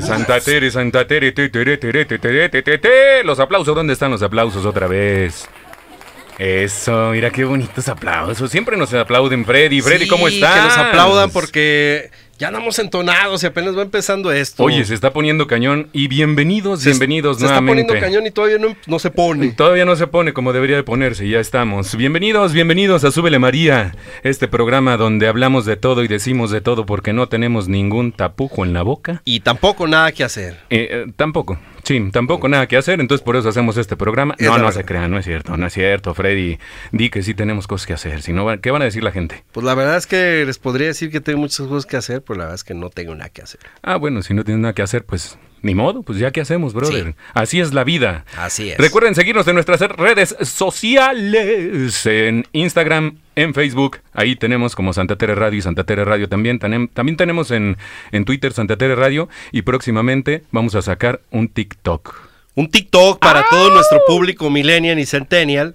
Santa Tere, Santa Tere, te, tere, tere, te, tere, te, te, te. Los aplausos, ¿dónde están los aplausos otra vez? Eso, mira qué bonitos aplausos. Siempre nos aplauden Freddy. Freddy, Sí, ¿cómo estás? Que nos aplaudan porque ya andamos entonados y apenas va empezando esto. Oye, se está poniendo cañón y bienvenidos, Se- bienvenidos se nuevamente. está poniendo cañón y todavía no, no se pone. Todavía no se pone como debería de ponerse, ya estamos. Bienvenidos, bienvenidos a Súbele María, este programa donde hablamos de todo y decimos de todo porque no tenemos ningún tapujo en la boca. Y tampoco nada que hacer. Eh, eh, tampoco, sí, tampoco nada que hacer, entonces por eso hacemos este programa. Es no, la no verdad. se crean, no es cierto, no es cierto, Freddy. Di que sí tenemos cosas que hacer, si no, va- ¿qué van a decir la gente? Pues la verdad es que les podría decir que tengo muchas cosas que hacer, pero la verdad es que no tengo nada que hacer. Ah, bueno, si no tienen nada que hacer, pues ni modo, pues ya que hacemos, brother. Sí. Así es la vida. Así es. Recuerden seguirnos en nuestras redes sociales, en Instagram, en Facebook. Ahí tenemos como Santa Tere Radio y Santa Tere Radio también. Tanem- También tenemos en, en Twitter Santa Tere Radio y próximamente vamos a sacar un TikTok. un TikTok para todo nuestro público millennial y centennial.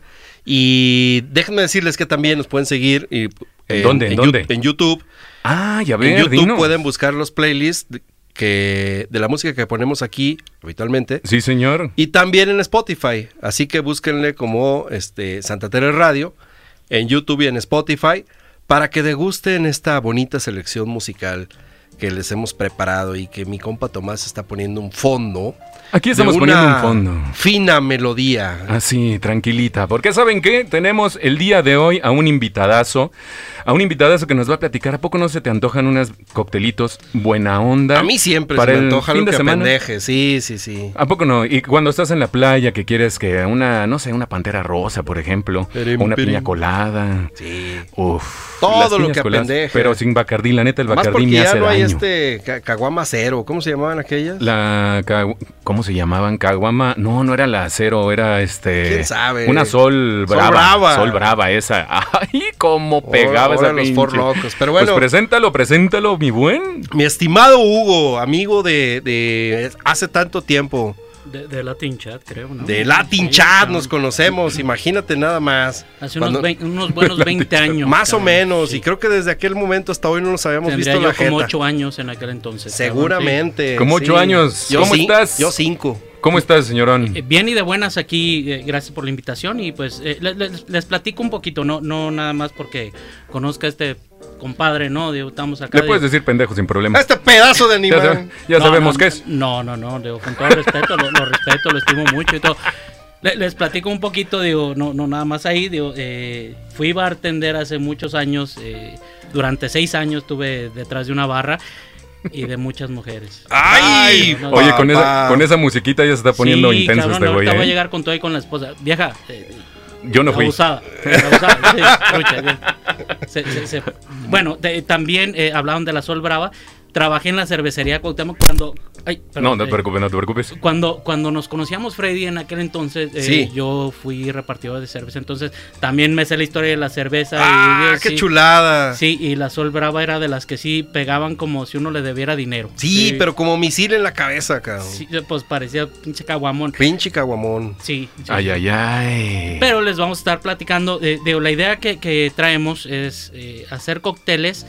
Y déjenme decirles que también nos pueden seguir. Y, eh, dónde, en En, dónde? Yu- en YouTube. Ah, ya ver, en YouTube dinos. pueden buscar los playlists de- que, de la música que ponemos aquí habitualmente. Sí, señor. Y también en Spotify. Así que búsquenle como este, Santa Teresa Radio en YouTube y en Spotify para que degusten esta bonita selección musical que les hemos preparado y que mi compa Tomás está poniendo un fondo. Aquí de estamos una poniendo un fondo. Fina melodía. Así, Ah, tranquilita. Porque ¿saben qué? Tenemos el día de hoy a un invitadazo. A un invitadazo que nos va a platicar. ¿A poco no se te antojan unos coctelitos buena onda? A mí siempre para se el me antoja fin lo de que semana? apendeje. Sí, sí, sí. ¿A poco no? Y cuando estás en la playa que quieres que una, no sé, una pantera rosa, por ejemplo, Perim, o una perim. piña colada. Sí. Uf. Todo las lo piñas que apendeje. Pero sin Bacardí, la neta, el Más Bacardí porque me ya hace no hay daño. este ca- caguama cero. ¿Cómo se llamaban aquellas? La cagu- ¿cómo se llamaban? Caguama, no, no era la acero, era este ¿Quién sabe? una sol Sol brava, Brava. sol brava esa. Ay, cómo pegaba Ahora- esa ahora los pinche. Four Locos, pero bueno. Pues preséntalo, preséntalo, mi buen. Mi estimado Hugo, amigo de, de hace tanto tiempo, De, de Latin Chat, creo, ¿no? de Latin Sí, Chat cabrón. nos conocemos, imagínate nada más. Hace unos, Cuando- vein- unos buenos 20 años. más o cabrón, menos, sí. y creo que desde aquel momento hasta hoy no nos habíamos Tendría visto la yo como jeta. 8 años en aquel entonces. cabrón, Seguramente. Como ocho años. Yo ¿Cómo cin- estás? Yo cinco. ¿Cómo estás, señorón? sí. Eh, Bien y de buenas aquí, eh, gracias por la invitación y pues eh, le- le- les, platico un poquito, no no nada más porque conozca a este compadre, ¿no? Digo, estamos acá. Le puedes digo, decir pendejo sin problema. Este pedazo de Ya, animal. sab- ya no, sabemos no, qué es. No, no, no, digo, con todo respeto, lo, lo respeto, lo estimo mucho y todo. Le- Les platico un poquito, digo, no, no nada más ahí, digo, eh, fui bartender hace muchos años, eh, durante seis años estuve detrás de una barra y de muchas mujeres. ¡Ay! No, no, Oye, con esa, Papá. con esa musiquita ya se está poniendo Sí, intenso cabrón, este güey. ahorita voy a ¿eh? llegar con todo y con la esposa. Vieja, eh, Yo no fui. abusada. abusada, sí, trucha, sí. Se- se- se- Bueno, te- también eh, hablaban de la Sol Brava. Trabajé en la cervecería Cuauhtémoc cuando... ay, perdón, No, no te eh, preocupes, no te preocupes. cuando, cuando nos conocíamos, Freddy, en aquel entonces, eh, Sí. yo fui repartidor de cerveza. Entonces, también me sé la historia de la cerveza. ¡Ah, y, qué sí, chulada! Sí, Sí, y la Sol Brava era de las que sí pegaban como si uno le debiera dinero. pero como misil en la cabeza, cabrón. Sí, pues parecía pinche caguamón. Pinche caguamón. Sí. sí. Ay, ay, ay. Pero les vamos a estar platicando. eh, digo, la idea que, que traemos es eh, hacer cócteles,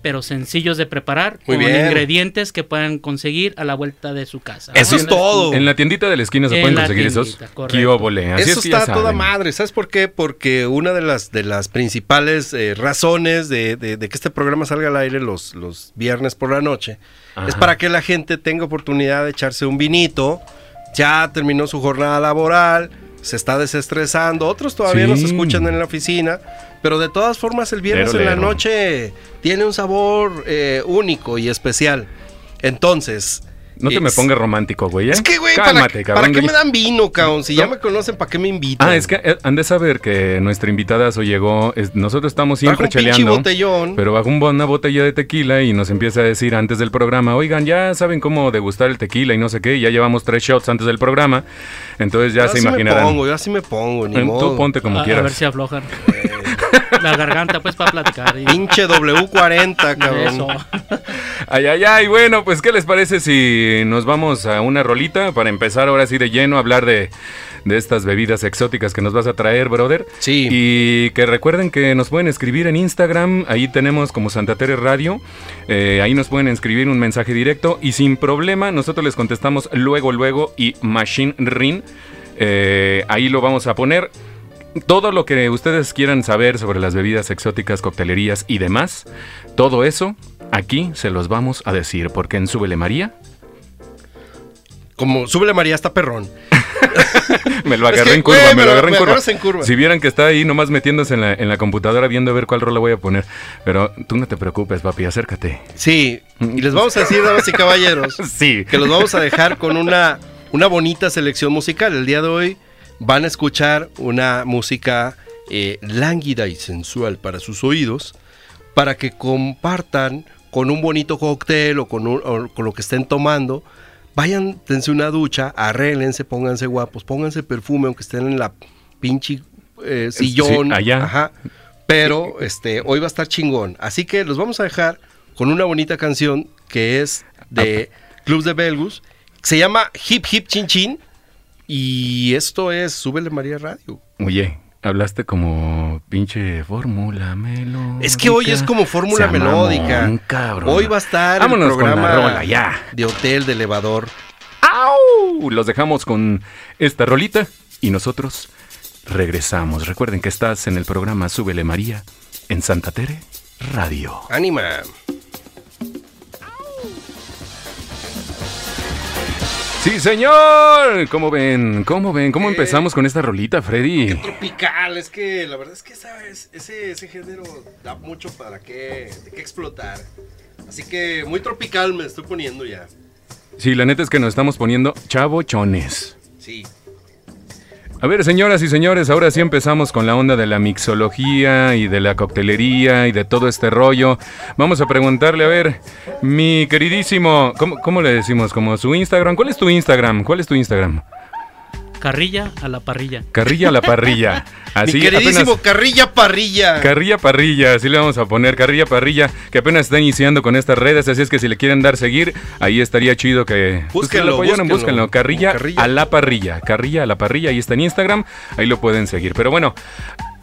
pero sencillos de preparar, Muy con bien. ingredientes que puedan conseguir a la vuelta de su casa. Eso es todo. En la tiendita de la esquina se En pueden la conseguir esos. tiendita, correcto. Qué óvole, Así Eso es que ya está a toda saben. madre. ¿Sabes por qué? Porque una de las, de las principales eh, razones de, de- de que este programa salga al aire los, los viernes por la noche es Ajá. para que la gente tenga oportunidad de echarse un vinito. Ya terminó su jornada laboral, se está desestresando. Otros todavía Sí. nos escuchan en la oficina. Pero de todas formas, el viernes Lero, en la lero. noche tiene un sabor eh, único y especial. Entonces. No te eh, me pongas romántico, güey. ¿eh? Es que, güey, ¿para, Cálmate, qué- cabrón. ¿para qué güey. me dan vino, cabrón? Si ya No. me conocen, ¿para qué me invitan? Ah, es que eh, han de saber que nuestra invitada llegó. es- nosotros estamos Trajo siempre un pinche cheleando. botellón. Pero bajo un, bo- una botella de tequila y nos empieza a decir antes del programa: Oigan, ya saben cómo degustar el tequila y no sé qué. y ya llevamos tres shots antes del programa. Entonces ya Yo se así imaginarán. me pongo, yo así me pongo, ni Eh, modo. Tú ponte como a, a quieras. ver si aflojan la garganta, pues, para platicar. y- Pinche W40, eso. cabrón. Ay, ay, ay, bueno, pues ¿qué les parece si nos vamos a una rolita para empezar ahora sí de lleno a hablar de, de estas bebidas exóticas que nos vas a traer, brother. Sí. Y que recuerden que nos pueden escribir en Instagram, ahí tenemos como Santa Tere Radio, eh, ahí nos pueden escribir un mensaje directo y sin problema nosotros les contestamos luego, luego y Machine Rin, eh, ahí lo vamos a poner. Todo lo que ustedes quieran saber sobre las bebidas exóticas, coctelerías y demás, todo eso aquí se los vamos a decir, porque en Súbele María Como súbele María está perrón. me lo Es agarré que, en curva, güey, me me lo lo- agarré en me curva. agarras en curva. Si vieran que está ahí nomás metiéndose en la, en la computadora viendo a ver cuál rola voy a poner. Pero tú no te preocupes, papi, acércate. Sí. Y les vamos a decir, damas y caballeros, Sí. que los vamos a dejar con una, una bonita selección musical. El día de hoy van a escuchar una música eh, lánguida y sensual para sus oídos, para que compartan con un bonito cóctel o con, un- o con lo que estén tomando. Vayan, dense una ducha, arréglense, pónganse guapos, pónganse perfume, aunque estén en la pinche eh, sillón. Sí, allá. Ajá. Pero este, hoy va a estar chingón. Así que los vamos a dejar con una bonita canción que es de Clubs de Belgus. Se llama Hip Hip Chin Chin. Y esto es Súbele María Radio. Oye, hablaste como pinche fórmula melódica. Es que hoy es como fórmula Sea melódica. mamón, cabrón. Hoy va a estar Vámonos el con la programa rola, ya. de hotel, de elevador. ¡Au! Los dejamos con esta rolita y nosotros regresamos. Recuerden que estás en el programa Súbele María en Santa Tere Radio. Ánima. Sí, señor. ¿Cómo ven? ¿Cómo ven? ¿Cómo empezamos con esta rolita, Freddy? Tropical, es que la verdad es que sabes, ese, ese género da mucho para que, de qué explotar. Así que muy tropical me estoy poniendo ya. Sí, la neta es que nos estamos poniendo chavochones. Sí. A ver, señoras y señores, ahora sí empezamos con la onda de la mixología y de la coctelería y de todo este rollo. Vamos a preguntarle, a ver, mi queridísimo, ¿cómo, cómo le decimos? ¿Como su Instagram? ¿Cuál es tu Instagram? ¿Cuál es tu Instagram? Carrilla a la parrilla. Carrilla a la parrilla. Así Mi queridísimo apenas- Carrilla Parrilla. Carrilla Parrilla, así le vamos a poner, Carrilla Parrilla, que apenas está iniciando con estas redes, así es que si le quieren dar seguir, ahí estaría chido que pues, que Búsquenlo, lo apoyaran, búsquenlo. búsquenlo. Carrilla, Carrilla. a la parrilla, Carrilla a la parrilla, ahí está en Instagram, ahí lo pueden seguir. Pero bueno,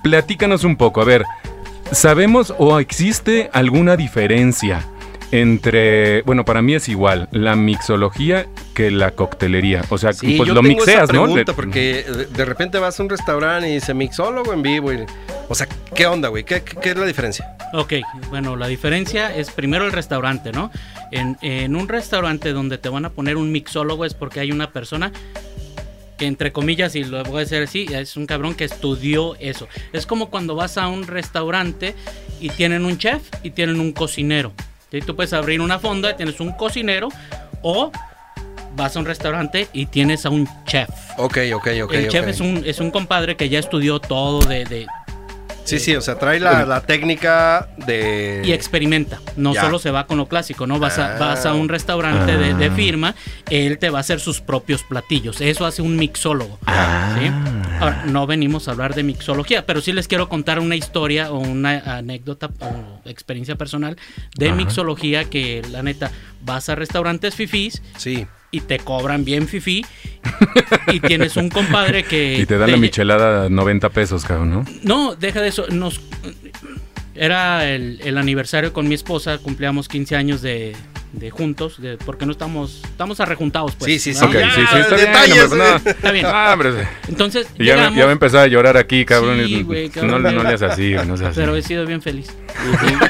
platícanos un poco, a ver, ¿sabemos o existe alguna diferencia? Entre, bueno, para mí es igual la mixología que la coctelería. O sea, Sí, pues yo lo tengo mixeas, esa ¿no? pregunta Le- porque de- de repente vas a un restaurante y dice mixólogo en vivo. y- o sea, ¿qué onda, güey? ¿Qué, qué- qué es la diferencia? Ok, bueno, la diferencia es primero el restaurante, ¿no? En, en un restaurante donde te van a poner un mixólogo es porque hay una persona que entre comillas, y lo voy a decir así, es un cabrón que estudió eso. Es como cuando vas a un restaurante y tienen un chef y tienen un cocinero. ¿sí? Tú puedes abrir una fonda y tienes un cocinero o vas a un restaurante y tienes a un chef. Ok, ok, ok. el chef ok. es, un, es un compadre que ya estudió todo de- de, Sí, sí, o sea, trae la, la técnica de... y experimenta. No Ya. solo se va con lo clásico, ¿no? Vas a, Ah. vas a un restaurante de, de Ah. firma, él te va a hacer sus propios platillos. Eso hace un mixólogo. Ah. ¿sí? Ahora, no venimos a hablar de mixología, pero sí les quiero contar una historia o una anécdota o experiencia personal de Ajá. mixología que, la neta, vas a restaurantes fifís Sí. y te cobran bien fifí y tienes un compadre que... Y te dan la lle- michelada a 90 pesos, cabrón, ¿no? no, deja de eso. Nos, era el, el aniversario con mi esposa, cumplíamos 15 años de, de juntos, de, porque no estamos, estamos arrejuntados. Pues, Sí, sí, sí. Ok, ¿verdad? Ah, sí, Ya, sí, está detalles, eh. bien. hombre, no. Está bien. Ah, hombre, Entonces, y ya, me- llegamos, ya me empezaba a llorar aquí, cabrón. Sí, y- güey, no, cabrón. no le hagas así, güey, no seas así. Ah, pero he sido bien feliz.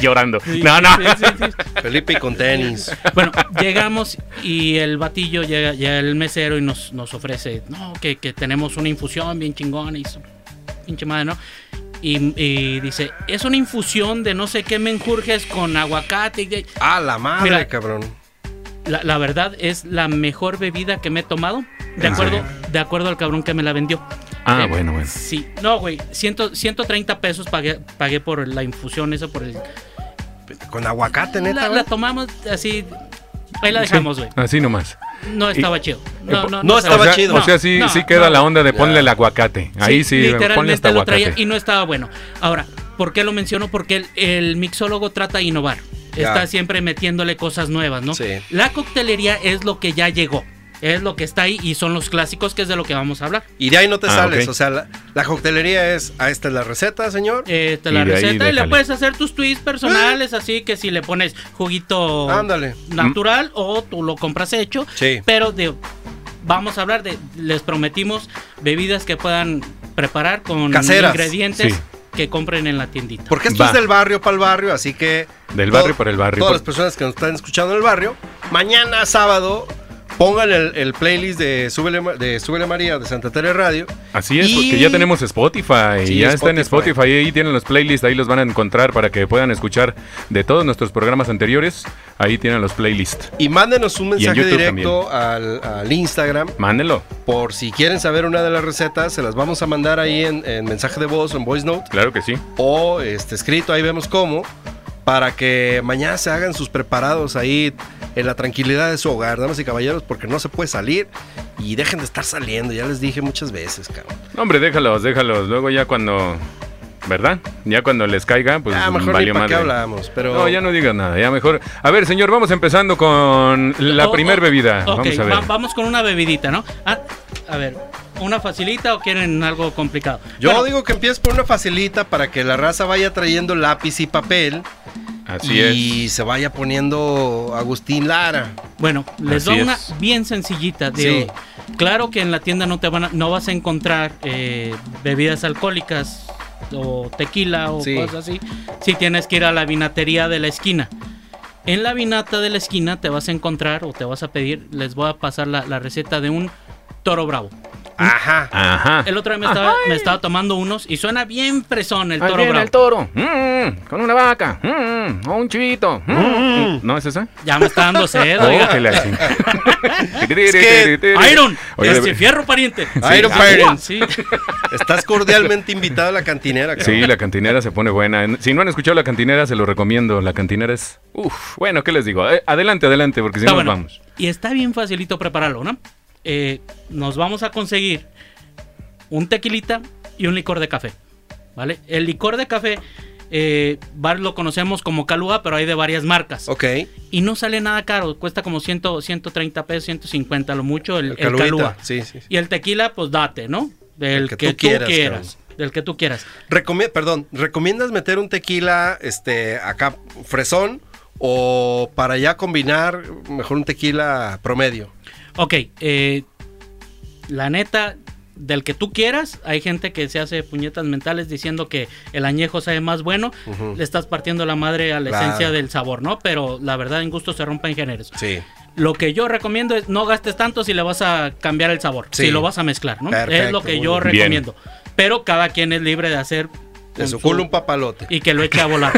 Llorando. Sí, no, no. sí, sí, sí. Felipe y con tenis. Bueno, llegamos y el batillo llega ya el mesero y nos, nos ofrece, no, que, que tenemos una infusión bien chingona y su pinche madre, ¿no? Y, y dice, es una infusión de no sé qué menjurjes con aguacate. y- Ah, la madre, Mira. cabrón. La, la verdad es la mejor bebida que me he tomado. De ¿En acuerdo, de acuerdo al cabrón que me la vendió. Ah, Eh, bueno, bueno. Sí. No, güey. ciento- 130 pesos pagué, pagué por la infusión esa, por el. Con aguacate, neta. La, la güey. tomamos así. Ahí la dejamos, güey. Así nomás. No estaba chido. No, Eh, no, no estaba o sea, chido. O sea, sí, no, sí queda no. la onda de Ya. ponle el aguacate. Ahí sí, ponle este Literalmente lo traía y aguacate. no estaba bueno. Ahora, ¿por qué lo menciono? Porque el, el mixólogo trata de innovar. Ya. Está siempre metiéndole cosas nuevas, ¿no? Sí. La coctelería es lo que ya llegó. es lo que está ahí y son los clásicos que es de lo que vamos a hablar. Y de ahí no te Ah, sales. ok. O sea, la, la coctelería es, ah, esta es la receta, señor. Eh, te Y la de ahí receta y le déjale. puedes hacer tus tweets personales, así que si le pones juguito Ándale. natural o tú lo compras hecho, Sí. pero de, vamos a hablar de, les prometimos bebidas que puedan preparar con Caseras. ingredientes Sí. que compren en la tiendita. Porque esto Va. es del barrio para el barrio, así que... Del todo- barrio para el barrio. Todas las Por- personas que nos están escuchando en el barrio, mañana sábado pongan el, el playlist de Súbele, Ma- de Súbele María de Santa Teresa Radio. Así es, Y- porque ya tenemos Spotify, Sí, ya está en Spotify. Spotify, ahí tienen los playlists, ahí los van a encontrar para que puedan escuchar de todos nuestros programas anteriores, ahí tienen los playlists. Y mándenos un Y en mensaje YouTube directo al, al Instagram Mándenlo, por si quieren saber una de las recetas, se las vamos a mandar ahí en, en mensaje de voz, en voice note claro que sí. o este, escrito, ahí vemos cómo, para que mañana se hagan sus preparados ahí en la tranquilidad de su hogar, damas y caballeros, porque no se puede salir y dejen de estar saliendo, ya les dije muchas veces, cabrón. No, hombre, déjalos, déjalos, luego ya cuando, ¿verdad? Ya cuando les caiga, pues ah, mejor ni valió para qué madre. hablamos, pero... No, ya no digas nada, ya mejor. A ver, señor, vamos empezando con la O- primer o- bebida. Oh, ok, vamos a ver. va- vamos con una bebidita, ¿no? Ah, a ver, ¿una facilita o quieren algo complicado? Yo Bueno, digo que empieces por una facilita para que la raza vaya trayendo lápiz y papel Así y se vaya poniendo Agustín Lara. Bueno, les Así doy una es. bien sencillita. digo, Claro que en la tienda no te van a- no vas a encontrar eh, bebidas alcohólicas o tequila o Sí. cosas así. Si tienes que ir a la vinatería de la esquina. En la vinata de la esquina te vas a encontrar o te vas a pedir, les voy a pasar la, la receta de un toro bravo. Ajá. es. Ajá. El otro día me estaba, me estaba tomando unos y suena bien fresón el Ahí toro viene bravo. el toro. Mm, con una vaca. Mm, o un chivito. Mm. ¿No es esa? ya me está dando sed, Oh, oiga. que la ching- que- Iron, Oye, este de- fierro pariente. Iron Sí. Parent. Sí. Estás cordialmente invitado a la cantinera. Sí, cabrón. la cantinera se pone buena. En- Si no han escuchado la cantinera, se lo recomiendo. La cantinera es. Uf, bueno, ¿qué les digo? Eh, adelante, adelante, porque si Está no nos bueno. vamos. Y está bien facilito prepararlo, ¿no? Eh, nos vamos a conseguir un tequilita y un licor de café, ¿vale? El licor de café, eh, bar- lo conocemos como Calúa, pero hay de varias marcas. Ok. Y no sale nada caro, cuesta como 100, 130 pesos, 150 a lo mucho El el, el Calúa. caluita. Sí, sí. sí. Y el tequila, pues date, ¿no? Del El que, que tú, tú quieras, quieras. Del que tú quieras. Recomie- perdón, ¿recomiendas meter un tequila este, acá fresón o para ya combinar mejor un tequila promedio? Ok, eh, la neta, del que tú quieras, hay gente que se hace puñetas mentales diciendo que el añejo sabe más bueno, Ujú. le estás partiendo la madre a la Claro. esencia del sabor, ¿no? Pero la verdad en gusto se rompen géneros. Sí. Lo que yo recomiendo es no gastes tanto si le vas a cambiar el sabor, Sí. si lo vas a mezclar, ¿no? es Perfecto, lo que muy yo bien. recomiendo. Pero cada quien es libre de hacer De con su su- culo un papalote. y que lo eche a volar.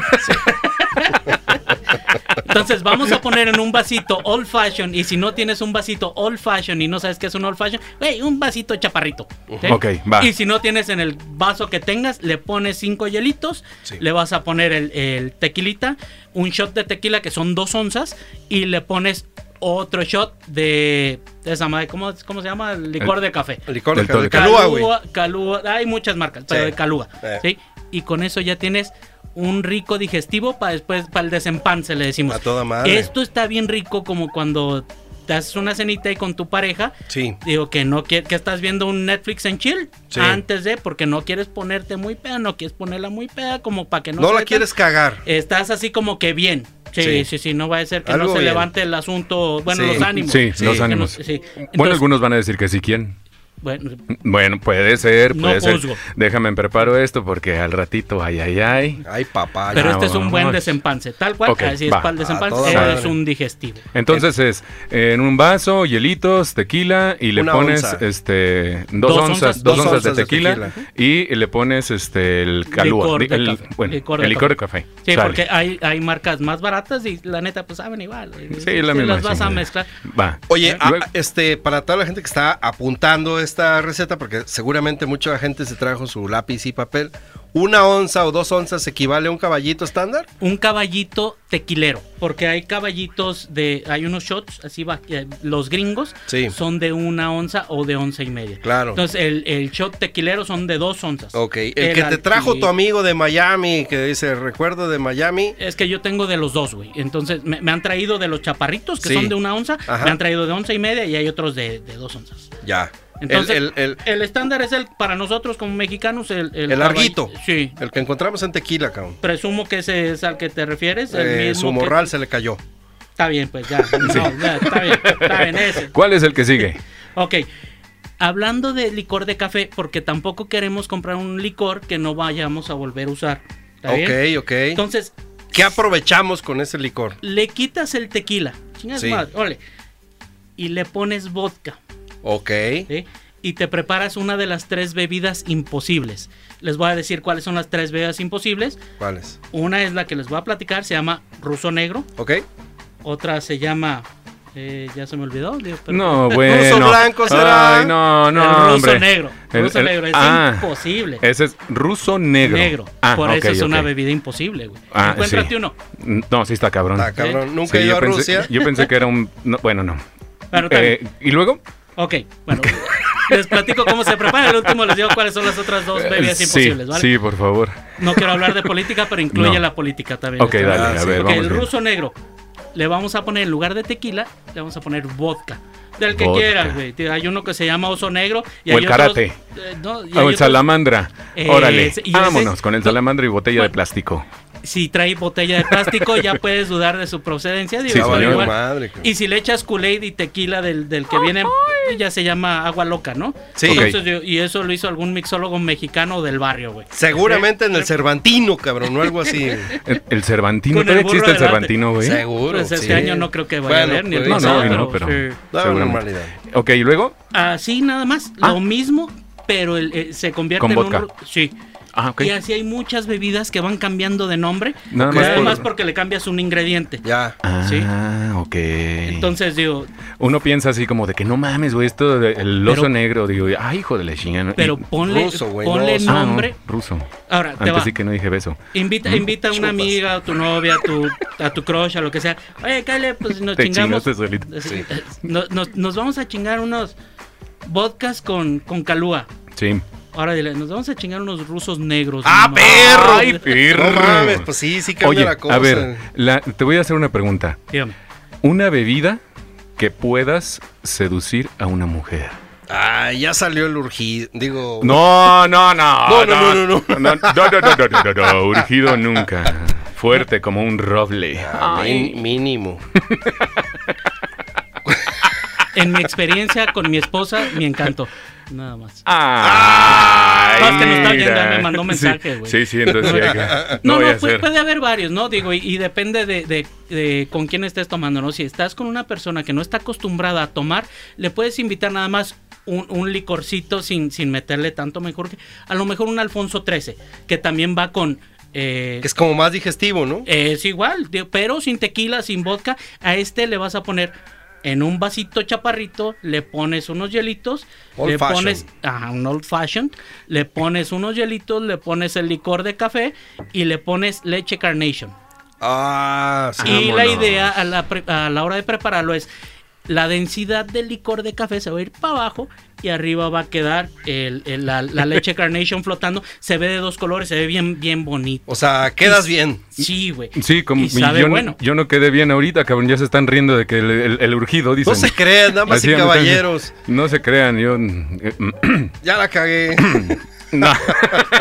Entonces vamos a poner en un vasito old fashion y si no tienes un vasito old fashion y no sabes qué es un old fashion, güey, un vasito chaparrito. ¿sí? Ok, va. Y si no tienes en el vaso que tengas, le pones cinco hielitos, Sí. le vas a poner el, el tequilita, un shot de tequila que son dos onzas y le pones otro shot de de esa madre, ¿cómo, cómo se llama? El licor El- de café. El licor Del todo de de calúa, güey. Calúa, hay muchas marcas, pero Sí. de Calúa, Eh. ¿sí? Y con eso ya tienes un rico digestivo para después, para el desempanse, le decimos. A toda madre. ah, Esto está bien rico como cuando te haces una cenita y con tu pareja, Sí. digo que no quie- que estás viendo un Netflix en chill Sí. antes de, porque no quieres ponerte muy peda, no quieres ponerla muy peda, como para que no... No, se la vea tan- quieres cagar. Estás así como que bien. Sí, sí, Sí. sí, no va a ser que Algo no se bien. levante el asunto, bueno, Sí. los ánimos. Sí, Sí. los Que no- ánimos. sí. bueno, Entonces, algunos van a decir que sí, ¿quién? bueno, Bueno, puede ser, No puede ser. juzgo. Déjame preparo esto porque al ratito, ay, ay, ay. Ay, papá. Pero Ah, este es un buen vamos. desempanse, tal cual, Ok, así es, va. para el A toda desempanse es madre. un digestivo. Entonces es en un vaso, hielitos, tequila y le Una pones onza. este dos, Dos onzas, onzas- dos dos onzas de, onzas de tequila, tequila. y le pones este el calúa, Licor de el, café. bueno, Licor de el licor de café. Sí, Sale. porque hay, hay marcas más baratas y la neta, pues saben igual. sí, la Si misma las vas a chingada. mezclar. Va. Oye, ah, a- eh, Luego- este, para toda la gente que está apuntando esta receta porque seguramente mucha gente se trajo su lápiz y papel. Una onza o dos onzas equivale a un caballito estándar. un caballito tequilero, porque hay caballitos de, hay unos shots, así va, eh, los gringos Sí. son de una onza o de once y media. Claro. Entonces el, el shot tequilero son de dos onzas. Ok, el, que te al- trajo y- tu amigo de Miami, que dice recuerdo de Miami. Es que yo tengo de los dos, güey. Entonces me, me han traído de los chaparritos, que Sí. son de una onza, Ajá. me han traído de once y media y hay otros de, de dos onzas. Ya. Entonces, el, el, el- estándar es el, para nosotros como mexicanos, el... el larguito. caball- Sí. el que encontramos en tequila, cabrón. Presumo que ese es al que te refieres. el Eh, mismo su que- morral se le cayó. Está bien, pues ya. No, ya, está bien, está bien ese. ¿Cuál es el que sigue? Ok. Hablando de licor de café, porque tampoco queremos comprar un licor que no vayamos a volver a usar. ¿Está bien? Ok, ok. Entonces, ¿Qué aprovechamos con ese licor? le quitas el tequila. Chingas Sí. madre, órale, Y le pones vodka. Ok. ¿sí? Y te preparas una de las tres bebidas imposibles. Les voy a decir cuáles son las tres bebidas imposibles. ¿Cuál es? Una es la que les voy a platicar, se llama ruso negro. Ok. Otra se llama. eh, ya se me olvidó. digo, pero- No, bueno. blanco será. Ay, no, no, el ruso hombre. negro. El- ruso el- negro es ah, imposible. Ese es ruso negro. negro. Ah, Por eso ok, es una ok. bebida imposible, güey. Ah, Encuéntrate sí. uno. No, sí está cabrón. Ah, cabrón. Sí, Nunca he ido a pensé, Rusia. Yo pensé que era un. no, bueno, no. Bueno, está Eh, ¿Y luego? Ok, bueno. les platico cómo se prepara. El último les digo cuáles son las otras dos bebidas Eh, sí, imposibles, ¿vale? sí, por favor. No quiero hablar de política, pero incluye No. la política también. Ok, Está dale, bien. Ah, a sí. ver, Ok, vamos. el bien. ruso negro. Le vamos a poner en lugar de tequila, le vamos a poner vodka. Del que Vodka. quieras, güey. Hay uno que se llama oso negro. Y O hay el otros- karate. eh, no, Ah, y el hay otros- salamandra. Eh, Órale. ese- y ese- Vámonos con el no. salamandra y botella de Bueno. plástico. Si trae botella de plástico, ya puedes dudar de su procedencia. digo, Sí, Ah, señor. valió igual. madre, cabrón. Y si le echas Kool-Aid y tequila del, del que viene, ya se llama agua loca, ¿no? Sí. Entonces, yo- y eso lo hizo algún mixólogo mexicano del barrio, güey. Seguramente Eh, en el Cervantino, cabrón, o algo así. El, el Cervantino. Con el ¿Todavía burro existe el adelante. Cervantino, güey? Seguro. Pues este sí. año no creo que vaya Bueno, a haber ni el pues, No, no, pasado, no, pero- sí. Da una Seguramente. normalidad. Ok, ¿y luego? Así nada más, Ah. lo mismo, pero el- eh, se convierte Con en vodka. un... ru- Sí. Ah, ok. Y así hay muchas bebidas que van cambiando de nombre. Nada Nada más más, por- porque le cambias un ingrediente. Ya. Ah, Sí. ok. Entonces, digo, Uno piensa así como de que no mames, güey, esto de- el oso Pero- negro. Digo, ay, hijo de la chingada. pero Y- ponle, ruso, güey, ponle ruso. Ah, no, nombre. ruso. Ahora, te Antes va. sí que Mm, no dije beso. Invita, invita a una chupas. amiga, a tu novia, a tu, a tu crush, a lo que sea. Oye, Kyle, pues nos Te chingamos. chingaste solito. Sí. Nos, nos- nos vamos a chingar unos vodkas con, con calúa. Sí. Ahora dile, nos vamos a chingar unos rusos negros. ¡Ah, no mames. perro! Ay, perro. No mames, pues sí, sí cambia Oye, la cosa. a ver, la- te voy a hacer una pregunta. Dígame. Una bebida que puedas seducir a una mujer. Ah, ya salió el urgido. Digo. No, no, no. No, no, no, no, No, no, no, no, no, no, no, Urgido nunca. Fuerte como un roble. Ah, mi- mínimo. En mi experiencia con mi esposa, me encantó. Nada más. Ay, No, es que no está oyendo, mira. me mandó mensaje, güey. Sí, sí, sí, entonces sí hay que- No, voy no, a pues, hacer. puede haber varios, ¿no? Digo, y, y depende de, de- de con quién estés tomando, ¿no? Si estás con una persona que no está acostumbrada a tomar, le puedes invitar nada más un, un licorcito sin, sin meterle tanto mejor que... A lo mejor un Alfonso 13, que también va con... eh, Que es como más digestivo, ¿no? es igual, digo, pero sin tequila, sin vodka. A este le vas a poner en un vasito chaparrito, le pones unos hielitos, Old le fashioned. pones ajá, un old fashioned, le pones unos hielitos, le pones el licor de café y le pones leche carnation. Ah, sí. Y la Vámonos. idea a la, pre- a la hora de prepararlo es la densidad del licor de café se va a ir para abajo y arriba va a quedar el- el- la, la leche carnation flotando. Se ve de dos colores, se ve bien, bien bonito. O sea, quedas bien. Sí, güey. Sí, como Y sabe yo, no- bueno. yo no quedé bien ahorita, cabrón. Ya se están riendo de que el, el- el urgido, dicen. No se crean, damas Así y ya me están diciendo, caballeros. No se crean, yo. mm, Ya la cagué. no.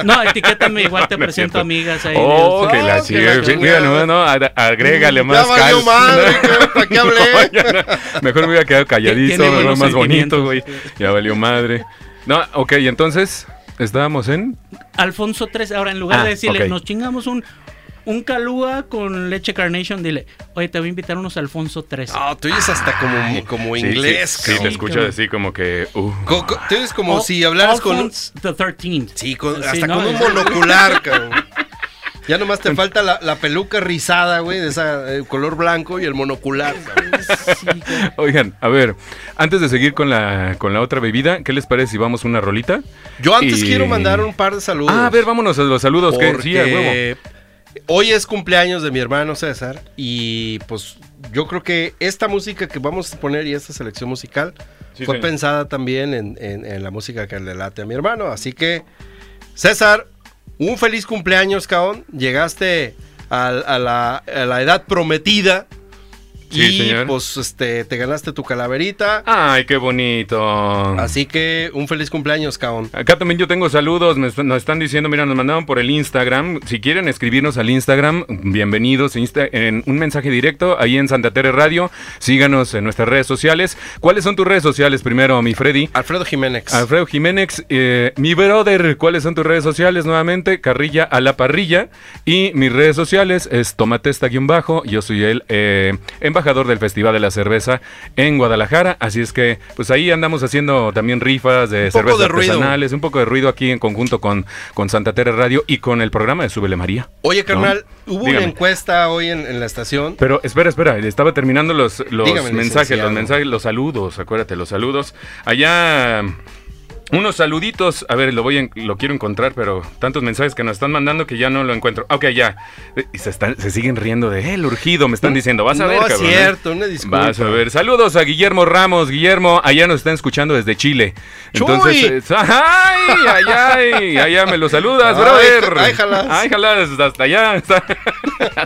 No, etiquétame, igual te No, no es presento cierto. amigas ahí. Oh, Dios. que la No, que chica. la chingada. Mm, Mira, no, no, ad- agrégale más ya cal. valió madre, cabrón, ¿para qué hablé? No, ya no. Mejor me hubiera quedado calladito, Tiene me buenos más bonito, güey. sentimientos. Ya valió madre. No, ok, y entonces, estábamos en. Alfonso 3, ahora en lugar Ah, de decirle, ok. nos chingamos un, un calúa con leche carnation, dile, oye, te voy a invitar unos Alfonso 3. Ah, tú oyes hasta como, como Sí, sí, inglés, Sí, cabrón. le escucho cabrón. así como que. uh, Co- co- tú oyes como si hablaras con. the 13th. Sí, con- Sí, hasta no, con un es- monocular, cabrón. Ya nomás te falta la, la peluca rizada, güey, de esa eh, color blanco y el monocular. cabrón. Sí, güey. Oigan, a ver, antes de seguir con la, con la otra bebida, ¿qué les parece si vamos una rolita? Yo antes Y- quiero mandar un par de saludos. Ah, a ver, vámonos a los saludos. ¿qué? Sí, a huevo. Porque Hoy es cumpleaños de mi hermano César y pues yo creo que esta música que vamos a poner y esta selección musical Sí, fue señor. pensada también en, en- en la música que le late a mi hermano. Así que, César, un feliz cumpleaños, caón. Llegaste al- a, la, a la edad prometida. Sí, y señor. pues este, te ganaste tu calaverita. Ay, qué bonito. Así que un feliz cumpleaños, caón. Acá también yo tengo saludos, me est- nos están diciendo, mira, nos mandaron por el Instagram. Si quieren escribirnos al Instagram, bienvenidos Insta- en un mensaje directo ahí en Santa Tere Radio. Síganos en nuestras redes sociales. ¿Cuáles son tus redes sociales primero, mi Freddy? Alfredo Jiménez. Alfredo Jiménez, eh, mi brother, ¿cuáles son tus redes sociales nuevamente? Carrilla a la parrilla. Y mis redes sociales es tomatesta-bajo. Yo soy el eh, embajador del Festival de la Cerveza en Guadalajara. Así es que, pues ahí andamos haciendo también rifas de Un poco cervezas de ruido. artesanales, un poco de ruido aquí en conjunto con, con Santa Tere Radio y con el programa de Súbele María. Oye, carnal, ¿No? hubo Dígame. una encuesta hoy en, en la estación. Pero espera, espera, estaba terminando los, los Dígame, mensajes, licenciado. los mensajes, los saludos, acuérdate, los saludos. Allá unos saluditos, a ver, lo voy en- lo quiero encontrar, pero tantos mensajes que nos están mandando que ya no lo encuentro. Ok, ya. Y se están se siguen riendo de él, urgido, me están diciendo, vas a Mm. no ver, es cabrón. ¿eh? cierto, una disculpa. Vas a ver. Saludos a Guillermo Ramos. Guillermo, allá nos están escuchando desde Chile. ¡Chuy! Entonces, eh, ay, ay, ay, allá me lo saludas, Ay, brother. ay, jalas. Ay, jalas, hasta allá. está-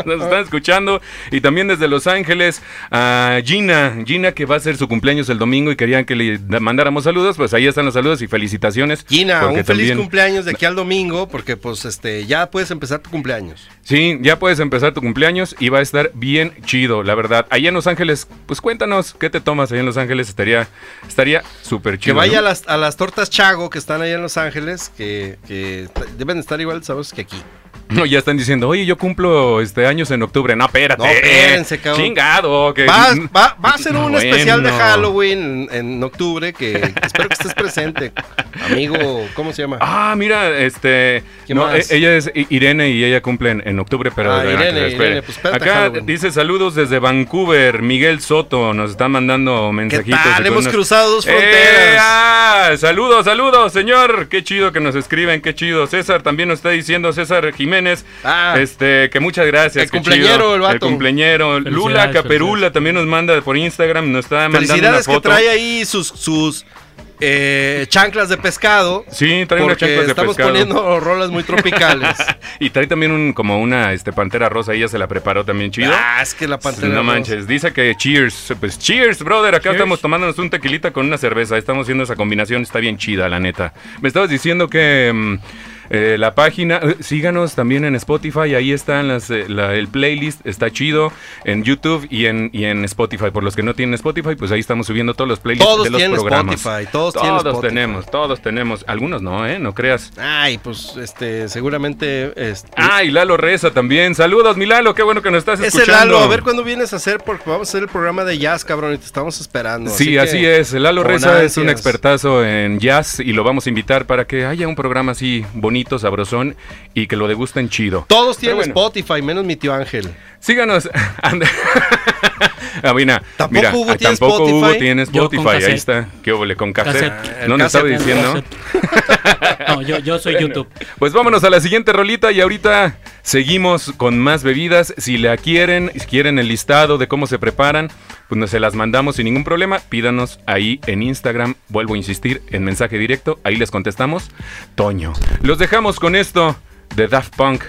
nos están escuchando. Y también desde Los Ángeles a Gina. Gina, que va a ser su cumpleaños el domingo y querían que le da- mandáramos saludos. Pues ahí están los saludos y felicitaciones. Gina, porque un feliz también- cumpleaños de aquí al domingo, porque pues este ya puedes empezar tu cumpleaños. Sí, ya puedes empezar tu cumpleaños y va a estar bien chido, la verdad. Allá en Los Ángeles, pues cuéntanos qué te tomas allá en Los Ángeles. Estaría estaría súper Que chido. vaya ¿no? a las, a las tortas Chago que están allá en Los Ángeles, que, que t- deben estar igual sabes que aquí. No, ya están diciendo, oye, yo cumplo este años en octubre. No, espérate. No, espérense, cabrón. Chingado. Mm. Que... Va, va- va a ser No, un especial de Eh, bueno. Halloween en, en octubre, que espero que estés presente. Amigo, ¿cómo se llama? Ah, mira, este. ¿Qué no, más? e- ella es I- Irene y ella cumple en, en octubre, pero. Ah, ah, Irene, que se espere. Irene, pues espérate, Acá Halloween. dice saludos desde Vancouver. Miguel Soto nos está mandando ¿Qué mensajitos. tal? y Hemos cosas. cruzado dos ¡Eh, fronteras. ah! Saludos, saludos, señor. Qué chido que nos escriben, qué chido. César también nos está diciendo, César Jiménez. Ah. Este, que muchas gracias. El qué cumpleañero, chido. el vato. cumpleañero. Felicidades, Lula Caperula felicidades. también nos manda por Instagram, nos está mandando una Felicidades que foto. trae ahí sus, sus eh, chanclas de pescado. Sí, trae unas Porque chanclas de estamos pescado. poniendo rolas muy tropicales. Y trae también un, como una este, pantera rosa, ella se la preparó también chido. ah, es que la pantalla. no manches, dice que cheers. Pues cheers, brother. Acá Cheers. estamos tomándonos un tequilita con una cerveza. Estamos haciendo esa combinación, está bien chida, la neta. Me estabas diciendo que mm, eh, la página, eh, síganos también en Spotify. Ahí están las, eh, la- el playlist, está chido. En YouTube y en, y en Spotify. Por los que no tienen Spotify, pues ahí estamos subiendo todos los playlists Todos de los tienen programas. Spotify, todos tienen todos Spotify. tenemos, todos tenemos. Algunos no, ¿eh? No creas. Ay, pues este, seguramente. este, Ay, Lalo Reza también. Saludos, mi Lalo. Qué bueno que nos Ah, estás es el escuchando. Lalo, a ver cuándo vienes a hacer, porque vamos a hacer el programa de jazz, cabrón, y te estamos esperando. Sí, así, que- es. Lalo con Reza es un ansias. expertazo en jazz y lo vamos a invitar para que haya un programa así bonito, sabrosón y que lo degusten chido. Todos tienen Pero bueno. Spotify, menos mi tío Ángel. Síganos. Ande- Ah, mira, Tampoco mira, Hugo ah, tiene tampoco Spotify. Hugo tiene Yo con Spotify. Ahí cassette. está. ¿Qué óvole con cassette? Cassette. No El nos estaba cassette, el diciendo. No, yo, yo soy YouTube. Pues vámonos a la siguiente rolita y ahorita seguimos con más bebidas. Si la quieren, si quieren el listado de cómo se preparan, pues nos se las mandamos sin ningún problema. Pídanos ahí en Instagram, vuelvo a insistir, en mensaje directo, ahí les contestamos. Toño. Los dejamos con esto de Daft Punk.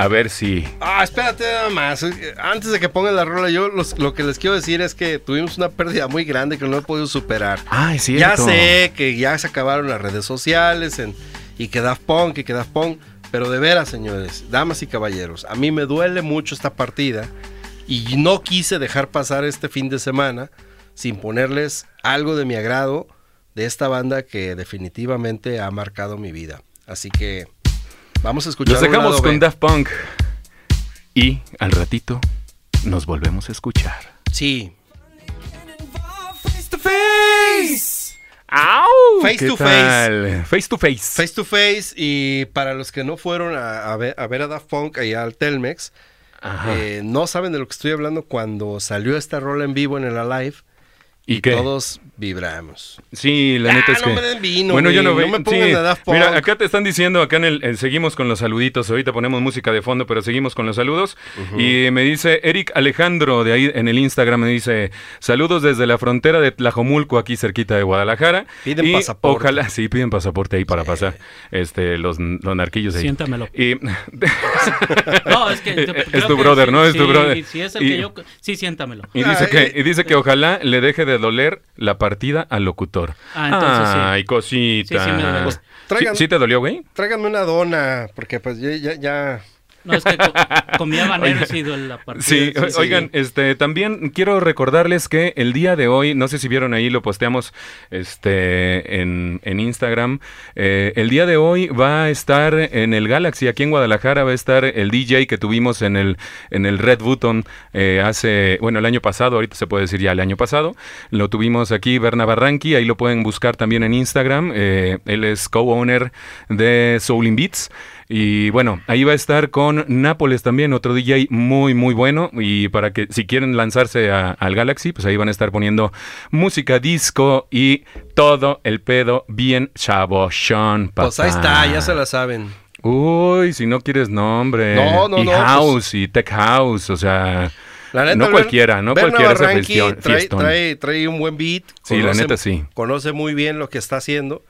A ver si. Ah, espérate nada más. eh, Antes de que pongan la rola, yo los- lo que les quiero decir es que tuvimos una pérdida muy grande que no he podido superar. Ay, sí. Ya sé que ya se acabaron las redes sociales en- y que Daft Punk y que Daft Punk, pero de veras, señores, damas y caballeros, a mí me duele mucho esta partida y no quise dejar pasar este fin de semana sin ponerles algo de mi agrado de esta banda que definitivamente ha marcado mi vida. Así que vamos a escuchar. Los un dejamos lado B. con Daft Punk. Y al ratito nos volvemos a escuchar. Sí, Face to face. ¡Au! Face ¿Qué to face. tal? Face to face. Face to Face y para los que no fueron a, a ver, a ver a Daft Punk y al Telmex, Ajá. eh, no saben de lo que estoy hablando cuando salió esta rola en vivo en el Alive ¿Y qué? todos vibramos. Sí, la Ah, neta es no que. me den vino, bueno, yo no güey, veo. no me pongan a Daft Punk. Mira, acá te están diciendo, acá en el, eh, seguimos con los saluditos. Ahorita ponemos música de fondo, pero seguimos con los saludos. Y me dice Eric Alejandro de ahí en el Instagram me dice saludos desde la frontera de Tlajomulco, aquí cerquita de Guadalajara. Piden Y pasaporte. Ojalá, sí, piden pasaporte ahí para pasar. Este, los, los narquillos ahí. Siéntamelo. Y No, es que. te- Es creo tu que brother, sí, ¿no? Es tu sí, brother. Sí, es el Y- que yo. Sí, siéntamelo. Y Ah, dice, eh, que, y dice que ojalá le deje de doler la partida al locutor. Ah, entonces sí. Ay, cosita. Sí, sí me dolió. Pues, traigan- ¿Sí- sí te dolió, güey? Tráiganme una dona, porque pues ya, ya, ya- No, es que co- comía Oigan. banero sido la partida. Sí, o- sí. oigan, este, también quiero recordarles que el día de hoy, no sé si vieron ahí, lo posteamos este, en, en Instagram, eh, el día de hoy va a estar en el Galaxy, aquí en Guadalajara, va a estar el DJ que tuvimos en el, en el Red Button eh, hace, bueno, el año pasado, ahorita se puede decir ya el año pasado, lo tuvimos aquí, Berna Barranqui, ahí lo pueden buscar también en Instagram, eh, él es co-owner de Soul in Beats. Y bueno, ahí va a estar con Nápoles también, otro DJ muy, muy bueno. Y para que si quieren lanzarse a- al Galaxy, pues ahí van a estar poniendo música, disco y todo el pedo bien chabochón, papá. pues ahí está, ya se la saben. Uy, si no quieres nombre. No, no, y no, house, y tech house, o sea... La neta, no Ber- cualquiera, no Berna cualquiera se Barranqui fiestión. trae, fiestón. trae, trae un buen beat. Sí, la neta sí. Conoce muy bien lo que está haciendo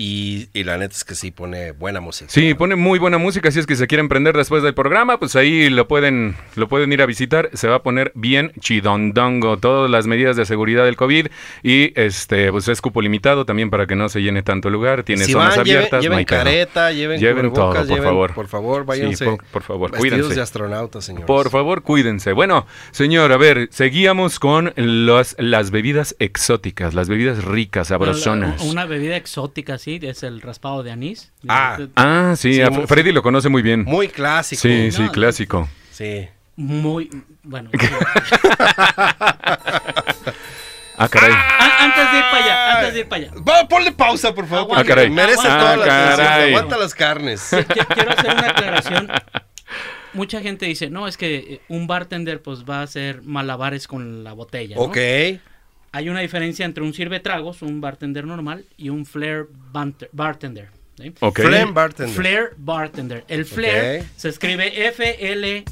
y, y la neta es que sí pone buena música. Sí, pone muy buena música, si es que se quieren prender después del programa, pues ahí lo pueden, lo pueden ir a visitar, se va a poner bien chidondongo, todas las medidas de seguridad del COVID y este, pues es cupo limitado también para que no se llene tanto el lugar, tiene Si zonas van, lleven- abiertas, lleven, no hay pedo. careta, lleven, Lleven todo, cubrebocas, por lleven- favor. Por favor, Sí, váyanse. por- por favor, vestidos cuídense. de astronautas, señores. Por favor, cuídense. Bueno, señor, a ver, seguíamos con los, las bebidas exóticas, las bebidas ricas, Pero la- sabrosonas. Una bebida exótica, sí, es el raspado de anís. Ah, Este- Ah, sí, Sí, a muy- Freddy lo conoce muy bien. Muy clásico. sí, sí, No, clásico. Sí. Muy. Bueno. Ah, caray. a- antes de ir para allá, antes de ir para allá. Va, ponle pausa, por favor. Ah, porque caray. Merece Ah, toda la atención. caray. Aguanta las carnes. Qui- Quiero hacer una aclaración. Mucha gente dice, no, es que eh, un bartender pues va a hacer malabares con la botella. ¿no? ok. Hay una diferencia entre un sirve tragos, un bartender normal, y un flair banter- bartender. ¿sí? Ok. Flem Bartender. Flair bartender. El flair Ok. se escribe F-L-A-I-R.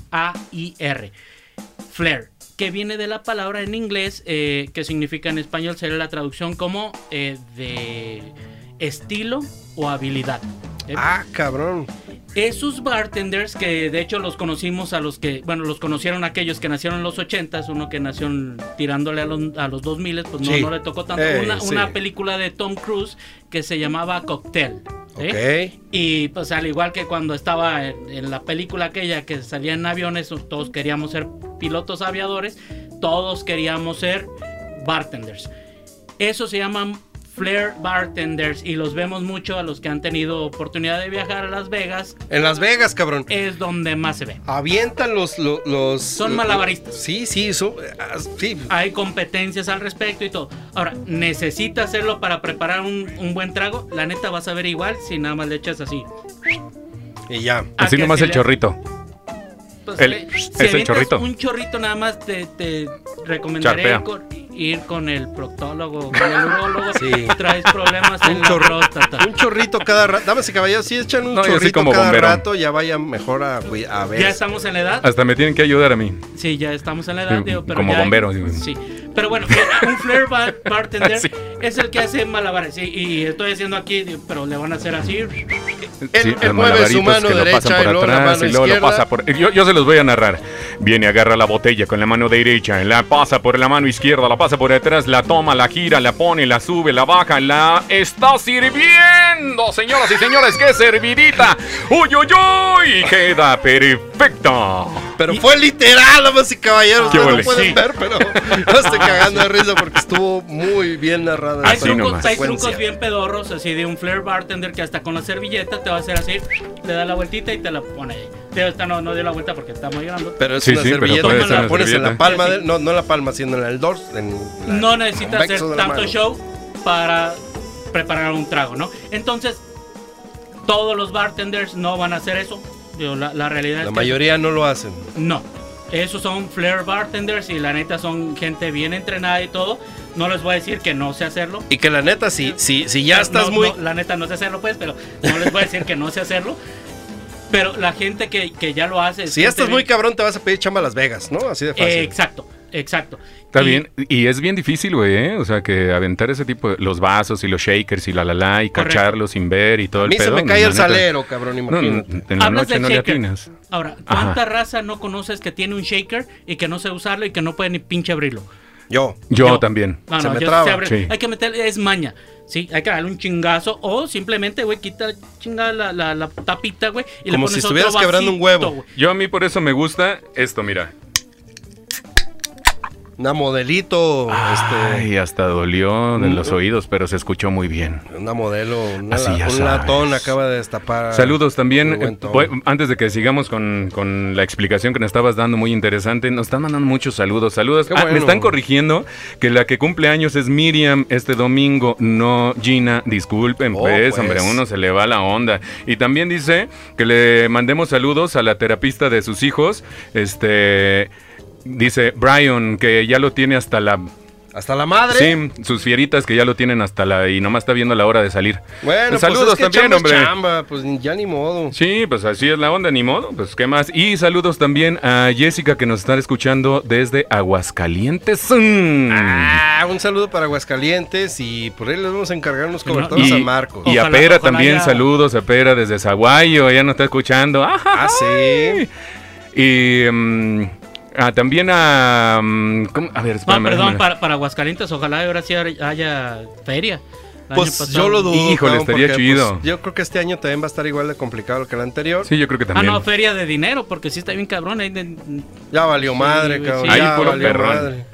Flair, que viene de la palabra en inglés eh, que significa en español, sería la traducción como eh, de estilo o habilidad. ¿eh? Ah, cabrón. Esos bartenders que de hecho los conocimos a los que, bueno, los conocieron aquellos que nacieron en los 80s, uno que nació en- tirándole a los, a los 2000, pues no, Sí. no le tocó tanto. Eh, una, sí. una película de Tom Cruise que se llamaba Cocktail. ¿eh? Ok. Y pues al igual que cuando estaba en, en la película aquella que salía en aviones, todos queríamos ser pilotos aviadores, todos queríamos ser bartenders. Eso se llaman flair bartenders y los vemos mucho a los que han tenido oportunidad de viajar a Las Vegas, En Las Vegas, cabrón. es donde más se ve. Avientan los, lo- los, Eh. Son lo- malabaristas. Sí, sí, son. ah, sí. Hay competencias al respecto y todo. Ahora, ¿necesita hacerlo para preparar un, un buen trago? La neta vas a ver igual si nada más le echas así. Y ya. Así Ah, que nomás sí el le- chorrito. Pues, El- eh, es si el avientas chorrito. Un chorrito nada más te, te recomendaré Charpea. ir con, ir con el proctólogo, con el urólogo. Sí. si Traes problemas en Un la chorri- próstata. Un chorrito cada rato. Damas y caballeros, si echan un No, yo soy chorrito como cada bombero. rato, ya vayan mejor a, cui- a ver. Ya estamos en la edad. Hasta me tienen que ayudar a mí. Sí, ya estamos en la edad. Ah. Sí, digo, pero como ya- bombero, digo. Sí. Pero bueno, un flair bar- bartender Sí. es el que hace malabares. sí, y estoy haciendo aquí, digo, pero le van a hacer así. Él- Sí, él los mueve malabaritos su mano que lo derecha pasan y por luego la atrás mano y luego lo izquierda. pasa por. Yo, yo se los voy a narrar. Viene, agarra la botella con la mano derecha, la pasa por la mano izquierda, la pasa por detrás, la toma, la gira, la pone, la sube, la baja, la está sirviendo, señoras y señores, qué servidita. Uy, uy, uy, queda perfecto. Pero fue literal, damas y caballeros. Qué Ustedes huele, no pueden sí. ver, pero no estoy cagando de risa porque estuvo muy bien narrada. Hay, esa Así trucos, nomás. hay secuencia. trucos bien pedorros, así de un flair bartender que hasta con la servilleta te va a hacer así, le da la vueltita y te la pone ahí. Digo, esta no, no dio la vuelta porque está muy grande. Pero es Sí, una sí, pero servilleta puede que ser la una pones en la servilleta. palma Sí, sí. del- No, no en la palma, sino en el dorso. en la- no necesitas convexo hacer de la tanto mano. show para preparar un trago, ¿no? Entonces, todos los bartenders no van a hacer eso. Digo, la, la realidad La es que mayoría no lo hacen. no. Esos son flair bartenders y la neta son gente bien entrenada y todo. No les voy a decir que no sé hacerlo. Y que la neta, si, si, si ya estás No, muy... no, la neta no sé hacerlo, pues, pero no les voy a decir que no sé hacerlo. Pero la gente que, que ya lo hace. es si ya gente estás muy bien- cabrón, te vas a pedir chamba a Las Vegas, ¿no? Así de fácil. Eh, exacto, exacto. Está Y- bien, y es bien difícil, güey, ¿eh? O sea, que aventar ese tipo de los vasos y los shakers y la la la y Correcto. cacharlos sin ver y todo a el mí se pedo, me no, cae la el neta. salero, cabrón, No, no, imagínate. en la Hablas noche del no le shaker. atinas. Ahora, Ajá. ¿cuánta raza no conoces que tiene un shaker y que no sabe usarlo y que no puede ni pinche abrirlo? Yo. Yo No. también. No, Se no, me yo traba. se abre- Sí. Hay que meterle, es maña. Sí, hay que darle un chingazo o simplemente, güey, quita chingada la, la, la tapita, güey. y le Como pones si otro estuvieras quebrando un vasito, huevo. güey. Yo a mí por eso me gusta esto, mira. Una modelito, Ay, hasta dolió de los oídos, pero se escuchó muy bien. este, una modelo, una- Así ya un latón sabes. acaba de destapar. Saludos también. Muy buen eh, tono. voy- antes de que sigamos con, con la explicación que nos estabas dando, muy interesante, nos están mandando muchos saludos. Saludos. Qué Ah, Me bueno. están corrigiendo que la que cumple años es Miriam este domingo, no Gina. Disculpen, Oh, pues, pues. hombre, a uno se le va la onda. Y también dice que le mandemos saludos a la terapista de sus hijos, este. Dice Brian que ya lo tiene hasta la. Hasta la madre. Sí, sus fieritas que ya lo tienen hasta la. Y nomás está viendo la hora de salir. Bueno, saludos pues es que también, chamba es hombre. Chamba, pues ni- ya ni modo. Sí, pues así es la onda, ni modo, pues qué más. Y saludos también a Jessica que nos está escuchando desde Aguascalientes. Mm. Ah, un saludo para Aguascalientes y por ahí les vamos a encargar unos cobertores y, a Marcos. y a Ojalá- Pera ojalá también, haya- saludos a Pera desde Zaguayo, ella nos está escuchando. Ajá. Ah, sí. Y mm, ah, también a... mm, ¿cómo? A ver, No, espérame. Ah, perdón, déjame. para, para Aguascalientes, ojalá ahora sí haya feria. El año Pues pasado- yo lo dudo. Híjole, cabrón, estaría porque, chido. pues, yo creo que este año también va a estar igual de complicado que el anterior. Sí, yo creo que Ah, también. no, feria de dinero, porque sí está bien cabrón. ahí de- Ya valió madre, güey, cabrón. sí. ya Ahí puro valió perrón. madre.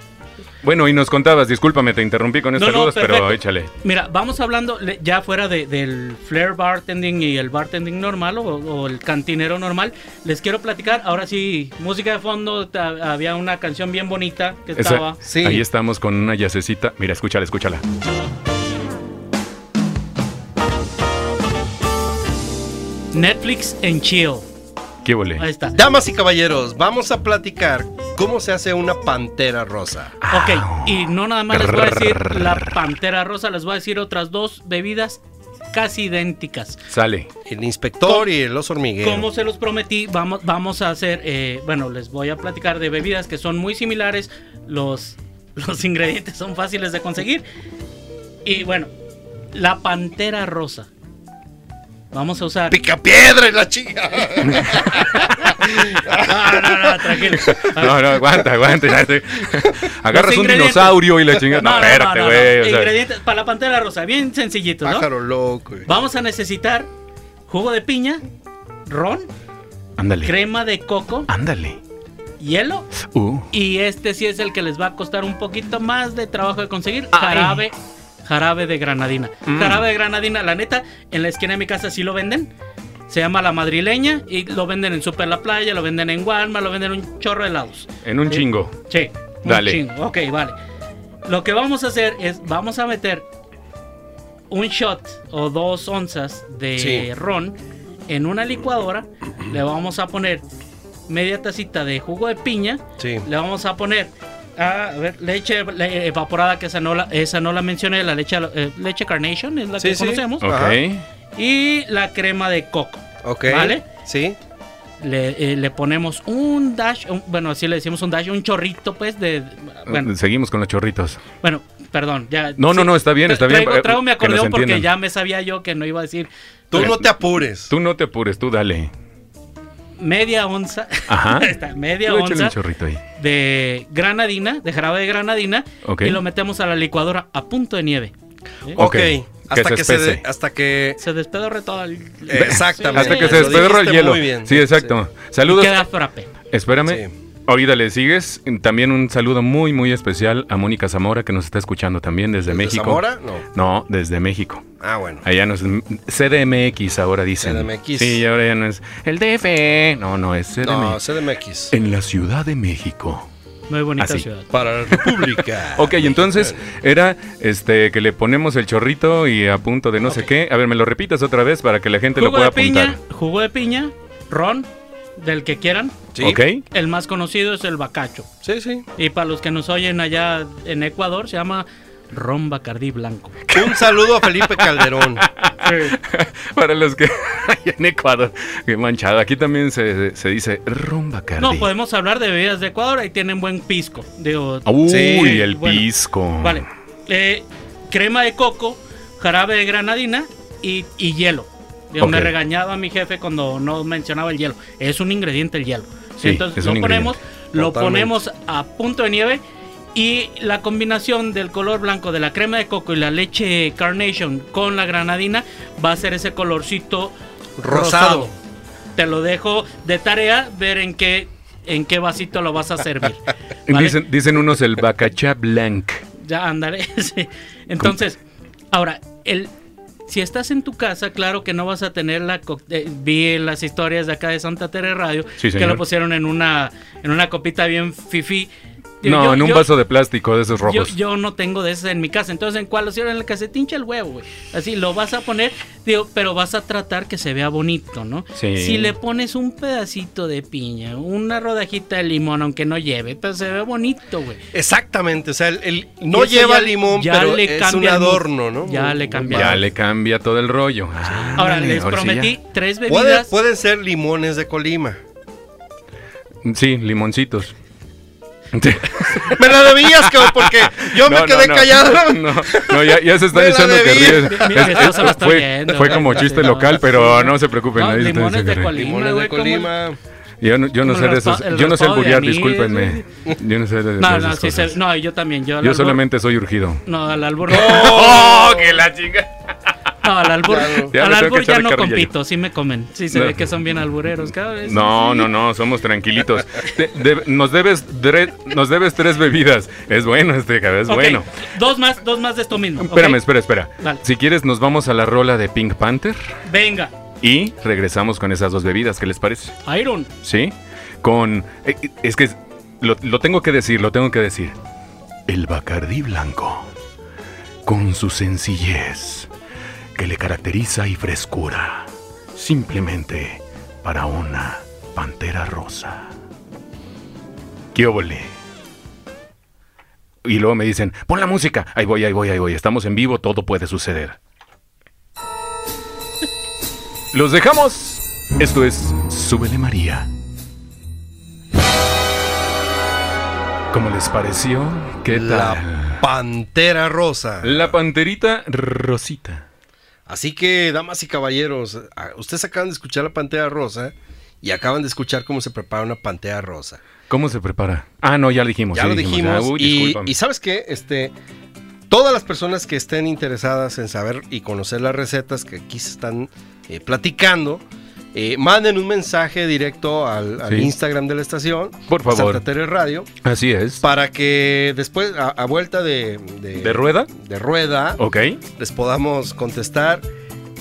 Bueno, y nos contabas, discúlpame, te interrumpí con No, estos no, saludos, pero perfecto. échale. Mira, vamos hablando le- ya fuera de- del flair bartending y el bartending normal o, o el cantinero normal. Les quiero platicar, ahora sí, música de fondo, ta- había una canción bien bonita que Esa- estaba... Sí. Ahí estamos con una yacecita. Mira, escúchala, escúchala. Netflix en chill. ¿Qué volé? Ahí está. Damas y caballeros, vamos a platicar cómo se hace una pantera rosa. Ah. Ok, y no nada más les voy a decir la pantera rosa, les voy a decir otras dos bebidas casi idénticas. Sale. El inspector y el oso hormiguero. Como se los prometí, vamos, vamos a hacer, eh, bueno, les voy a platicar de bebidas que son muy similares, los, los ingredientes son fáciles de conseguir. Y bueno, la pantera rosa. Vamos a usar... Pica piedra y la chica. No, no, no, tranquilo. A ver, No, no, aguanta, aguanta. ya estoy- Agarras Los un ingredientes. dinosaurio y la chingas. No, no, no, espérate, no, no. güey. o sea, Ingredientes para la pantera rosa, bien sencillito, ¿no? Pájaro loco. güey. Vamos a necesitar jugo de piña, ron, ándale. crema de coco, ándale. hielo Uh, Y este sí es el que les va a costar un poquito más de trabajo de conseguir. Ay. Jarabe. Jarabe de granadina. Mm. Jarabe de granadina, la neta, en la esquina de mi casa sí lo venden. Se llama la madrileña y lo venden en Super La Playa, lo venden en Walmart, lo venden en un chorro de lados. en un Sí. chingo. Sí, un Dale. chingo. Ok, vale. Lo que vamos a hacer es, vamos a meter un shot o dos onzas de Sí. ron en una licuadora. Le vamos a poner media tacita de jugo de piña. Sí. Le vamos a poner, ah, a ver, leche le- evaporada, que esa no la, esa no la mencioné, la leche, eh, leche Carnation es la Sí, que sí. conocemos. Ok. Ajá. Y la crema de coco. Ok. Vale. Sí. Le, eh, le ponemos un dash, un- bueno, así le decimos un dash, un chorrito, pues, de... Bueno, Seguimos con los chorritos. bueno perdón, ya... No, no, sí. no, está bien, está bien. Traigo, traigo mi eh, que nos acordeón porque entiendan. ya me sabía yo que no iba a decir Tú no te apures. Tú no te apures, tú dale. media onza. Ajá. Ahí está, media Tú échale onza un chorrito ahí. de granadina, de jarabe de granadina, Ok. y lo metemos a la licuadora a punto de nieve. Ok. Que Hasta se que se, espese. de- hasta que Se despedorre todo el... Exactamente. Hasta que Lo se despegue el dijiste hielo. muy bien. Sí, exacto. Y Saludos. queda frappe. Espérame. Sí. Ahorita le sigues. También un saludo muy, muy especial a Mónica Zamora que nos está escuchando también desde, ¿De México. Zamora? No. No, desde México. Ah, bueno. Allá no es CDMX, ahora dicen. CDMX. Sí, ahora ya E. no es el DF. No, no, es CDMX. No, CDMX. En la Ciudad de México. Muy bonita Así. ciudad. Para la República. Ah, Ok, entonces era este que le ponemos el chorrito y a punto de no sé Ok. qué. A ver, me lo repitas otra vez para que la gente lo Jugo pueda de apuntar. piña, jugo de piña, ron, del que quieran. Sí, Ok, El más conocido es el bacacho. sí, sí. Y para los que nos oyen allá en Ecuador, se llama ron bacardí blanco. Un saludo a Felipe Calderón. para los que en Ecuador, qué manchado. Aquí también se, se dice romba No, pues, podemos hablar de bebidas de Ecuador, ahí tienen buen pisco. Digo, Uy, Sí, el bueno. pisco. vale. Eh, crema de coco, jarabe de granadina y, y hielo. Digo, Me Ok. regañaba mi jefe cuando no mencionaba el hielo. Es un ingrediente el hielo. Sí, Entonces es un lo ponemos, lo Totalmente. ponemos a punto de nieve y la combinación del color blanco de la crema de coco y la leche carnation con la granadina va a ser ese colorcito Rosado. rosado. Te lo dejo de tarea ver en qué en qué vasito lo vas a servir. ¿vale? Dicen, dicen unos el bacachá blanc. Ya andaré. sí. Entonces, ahora, el, si estás en tu casa, claro que no vas a tener la... co- eh, vi en las historias de acá de Santa Teresa Radio Sí, que señor. lo pusieron en una, en una copita bien fifí. Digo, No, yo- en un yo- vaso de plástico de esos yo, rojos. yo no tengo de esas en mi casa. Entonces, ¿en cuál lo hicieron? En el que se tincha el huevo, güey. Así lo vas a poner, digo, pero vas a tratar que se vea bonito, ¿no? Sí. Si le pones un pedacito de piña, una rodajita de limón, aunque no lleve, pero se ve bonito, güey. Exactamente, o sea, el, el- Y no eso lleva ya- limón, ya pero le es cambia un el mood. adorno, ¿no? Ya Muy- le muy cambia Ya padre. le cambia todo el rollo. Ah, Ahora, ándale, les ahora sí prometí tres Puede- bebidas. pueden ser limones de Colima. ya. Sí, limoncitos. Me la debías, cabrón, porque yo me No, quedé no, no. callado. No, no, ya, ya se están Me la echando que debí. ríes. Mira, eso Es- se lo es- estoy Fue, viendo, fue ¿no? como Sí, chiste no, local, sí, pero no. no se preocupen. No, ahí se están limones echando de que ríen. Colima, Limones de güey, ¿cómo- Colima. Yo no, yo no Como sé el de esos. raspa- el Yo no sé raspado de alburear, anís, discúlpenme. Yo no sé de, de No, esas no, sí, cosas. se- no, yo también. Yo, al Yo albur- solamente soy urgido. No, al albur. ¡Oh, que la chinga! No, al albur. Claro. Ya me tengo al que albur ya echarle no carrilla yo. compito, sí me comen. Sí se No. ve que son bien albureros cada vez. No, no, no, somos tranquilitos. Te- de- nos, debes dre- nos debes tres bebidas. Es bueno este, cabrón, es Ok, bueno. Dos más, dos más de esto mismo. ¿ok? Espérame, espera, espera. Dale. Si quieres, nos vamos a la rola de Pink Panther Venga, y regresamos con esas dos bebidas. ¿Qué les parece? Iron. ¿Sí? Con. eh, eh, Es que es- lo, lo tengo que decir, lo tengo que decir. El Bacardí Blanco, con su sencillez, que le caracteriza y frescura, simplemente para una pantera rosa. ¡Qué óvole! Y luego me dicen, pon la música. Ahí voy, ahí voy, ahí voy. Estamos en vivo, todo puede suceder. Los dejamos. Esto es Súbele María. ¿Cómo les pareció? ¿Qué tal? La pantera rosa. La panterita rosita. Así que, damas y caballeros, a- ustedes acaban de escuchar la pantera rosa y acaban de escuchar cómo se prepara una pantera rosa. ¿Cómo se prepara? Ah, no, ya lo dijimos. Ya lo dijimos. Ah, uy, y, discúlpame. y sabes qué, este, todas las personas que estén interesadas en saber y conocer las recetas que aquí se están eh, platicando, eh, manden un mensaje directo al, al Sí. Instagram de la estación, Por favor. Santa Tere Radio, Así es. para que después, a, a vuelta de, de, ¿De rueda? de rueda, Ok. les podamos contestar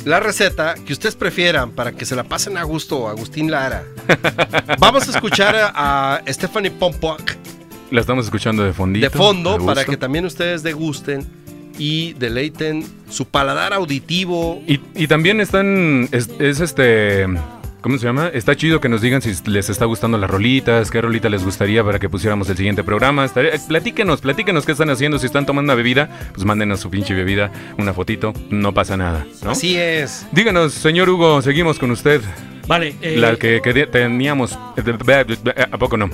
la receta que ustedes prefieran para que se la pasen a gusto, Agustín Lara. Vamos a escuchar a, a Stephanie Pompoak La estamos escuchando de fondito. de fondo a gusto. para que también ustedes degusten y deleiten su paladar auditivo. Y, y también están, es, es este, ¿cómo se llama? Está chido que nos digan si les está gustando las rolitas, qué rolita les gustaría para que pusiéramos el siguiente programa. Estaría- eh, platíquenos, platíquenos qué están haciendo, si están tomando una bebida, pues mándenos su pinche bebida, una fotito, no pasa nada, ¿no? Así es. Díganos, señor Hugo, seguimos con usted, Vale. eh, la que, que teníamos, eh, ¿a poco no?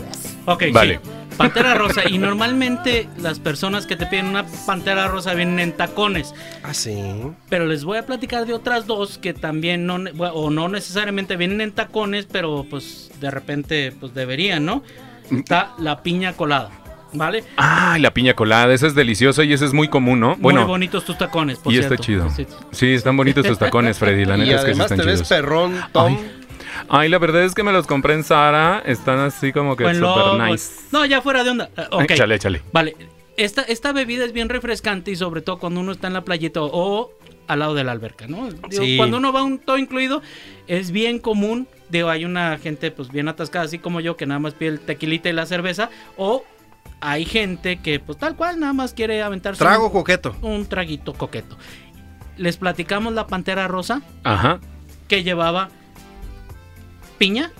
Ok, Vale. sí. Pantera rosa. Y normalmente las personas que te piden una pantera rosa vienen en tacones. Así. Pero les voy a platicar de otras dos que también no, ne- bueno, o no necesariamente vienen en tacones, pero pues de repente pues deberían, ¿no? Está la piña colada, ¿vale? Ay, Ah, la piña colada, esa es deliciosa y esa es muy común, ¿no? Muy Bueno, bonitos tus tacones, por y cierto. está chido. Sí. Sí, están bonitos tus tacones, Freddy, la y neta es que sí además están te ves chidos. pues perrón, Tom. Ay, la verdad es que me los compré en Sara. Están así como que Buen super logo. nice. Eh, No, ya fuera de onda. Ah, ok. Échale, échale. Vale, esta, esta bebida es bien refrescante y sobre todo cuando uno está en la playita o al lado de la alberca, ¿no? Digo, Sí. Cuando uno va a un todo incluido, es bien común, digo, hay una gente pues bien atascada, así como yo, que nada más pide el tequilita y la cerveza, o hay gente que, pues tal cual, nada más quiere aventarse Trago coqueto. un, un traguito coqueto. Les platicamos la pantera rosa Ajá. que llevaba piña,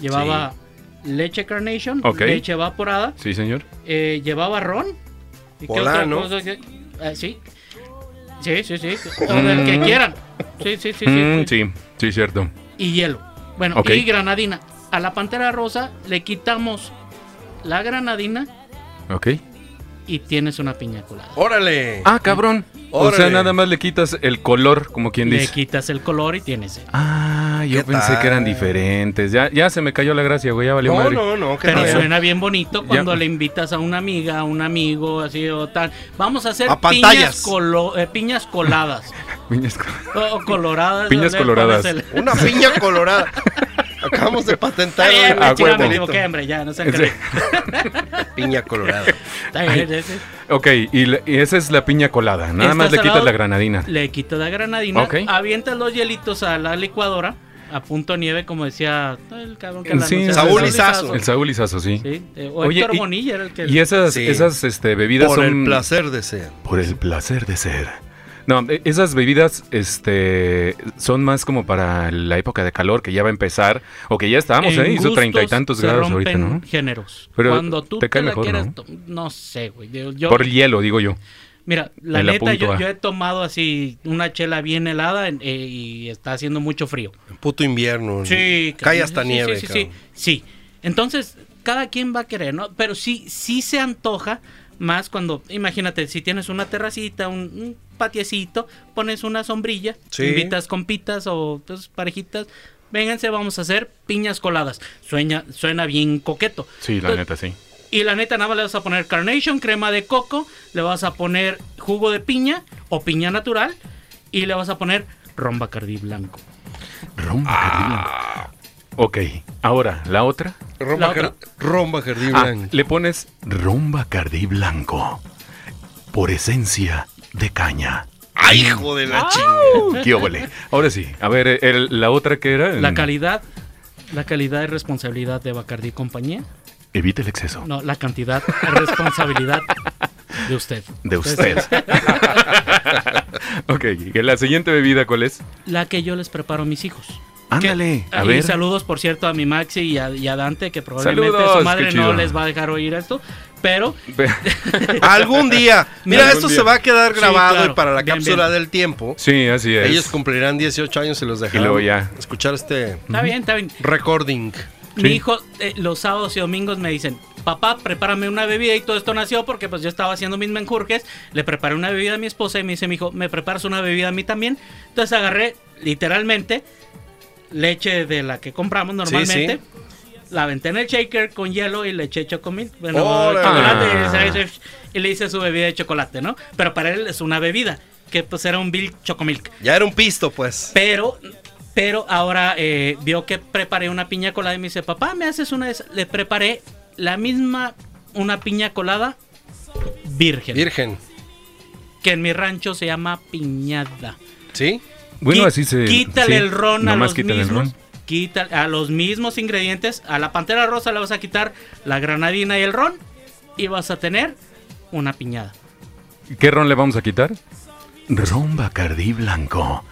llevaba leche carnation, Ok. leche evaporada, Sí, señor. eh, llevaba ron. ¿Y qué otra Polano. cosa que- eh, sí. Sí, sí, sí. O del que Mm. quieran. Sí, sí, sí. sí, Mm, sí. sí, sí, cierto. Y hielo. Bueno, Ok. y granadina. A la pantera rosa le quitamos la granadina Ok. y tienes una piña colada. ¡Órale! Ah, cabrón. O Órale. sea, nada más le quitas el color, como quien Le dice. quitas el color y tienes. Ah, yo ¿Qué pensé que eran tal? diferentes. Ya, ya se me cayó la gracia, güey. Ya valió no, madre. no, no, que Pero no. suena bien bonito Ya. cuando le invitas a una amiga, a un amigo, así o tal. Vamos a hacer A piñas, pantallas. colo- eh, piñas coladas Piñas con- o coloradas. Piñas le coloradas. pones el- Una piña colorada. Acabamos de patentar Ay, el ay, A chica, huevo. me equivoqué, hombre, ya, no sean creídos. piña colorada. Está bien, ese- Ok, y, la- y esa es la piña colada. Nada Está más le quitas salado. la granadina. Le quitas la granadina, Ok. avientas los hielitos a la licuadora, a punto nieve, como decía el cabrón que la Sí, anuncia, Saúl Saúl Lizazo. El Saúl Lizazo, sí. Sí, eh, o Oye, Héctor y- Bonilla era el que... Y esas, Sí. esas este, bebidas Por son. el placer de ser. Por el placer de ser. No, e- esas bebidas este, son más como para la época de calor que ya va a empezar. O que ya estábamos, en ¿eh? Hizo gustos treinta y tantos se grados ahorita, rompen ¿no? géneros. Pero Cuando tú te te, cae la mejor, quieras ¿no? to- No sé, güey. Yo, yo- Por el hielo, digo yo. mira, la el neta, apunto yo, A. yo he tomado así una chela bien helada en- eh, y está haciendo mucho frío. Puto invierno. Sí, Cae cabrón. hasta Sí, nieve. Sí, sí, sí, cabrón. sí. Entonces, cada quien va a querer, ¿no? Pero sí, sí se antoja más cuando, imagínate, si tienes una terracita, un, un patiecito, pones una sombrilla, Sí. invitas compitas o pues, parejitas, vénganse, vamos a hacer piñas coladas. Sueña, suena bien coqueto. Sí, la Pues, neta, sí. Y la neta, nada más le vas a poner carnation, crema de coco, le vas a poner jugo de piña o piña natural y le vas a poner ron Bacardí blanco. Rumba, Ok, ahora, la otra. Romba, La jar- otra. romba jardín Ah, blanco. le pones rumba cardí blanco por esencia de caña. ¡Ay, hijo de la chingada! ¡Qué óvole! Ahora sí, a ver, eh, el- la otra que era. mm, La calidad, la calidad es responsabilidad de Bacardí y compañía. Evita el exceso No, la cantidad es responsabilidad de usted. de usted. ok, ¿y la siguiente bebida cuál es? La que yo les preparo a mis hijos. Ándale, a y ver. saludos, por cierto, a mi Maxi y a, y a Dante, que probablemente Saludos, su qué madre chido. no les va a dejar oír esto, pero Algún día. Mira, Algún esto día. se va a quedar Sí, grabado claro. y para la Bien, cápsula bien. del tiempo. sí, así es. Ellos cumplirán 18 años y los dejarán luego ya. escuchar este está bien, está bien. recording. Mi Sí. hijo eh, los sábados y domingos me dicen, papá, prepárame una bebida y todo esto nació porque pues yo estaba haciendo mis menjurjes, le preparé una bebida a mi esposa y me dice mi hijo, ¿me preparas una bebida a mí también? Entonces agarré literalmente leche de la que compramos normalmente. La aventé en el shaker con hielo y le eché chocomil. Bueno, Órale. chocolate. Ah. ¿sabes? Y le hice su bebida de chocolate, ¿no? Pero para él es una bebida, que pues era un Bill Chocomilk. Ya era un pisto, pues. Pero, pero ahora eh, vio que preparé una piña colada y me dice, papá, ¿me haces una de esas?". Le preparé la misma, una piña colada virgen, Virgen. que en mi rancho se llama piñada. ¿Sí? bueno, Qui- así se. Quítale sí, el ron a nomás los quítale el ron. mismos. quita- a los mismos ingredientes. A la pantera rosa le vas a quitar la granadina y el ron. Y vas a tener una piñada. ¿Qué ron le vamos a quitar? Ron Bacardí Blanco.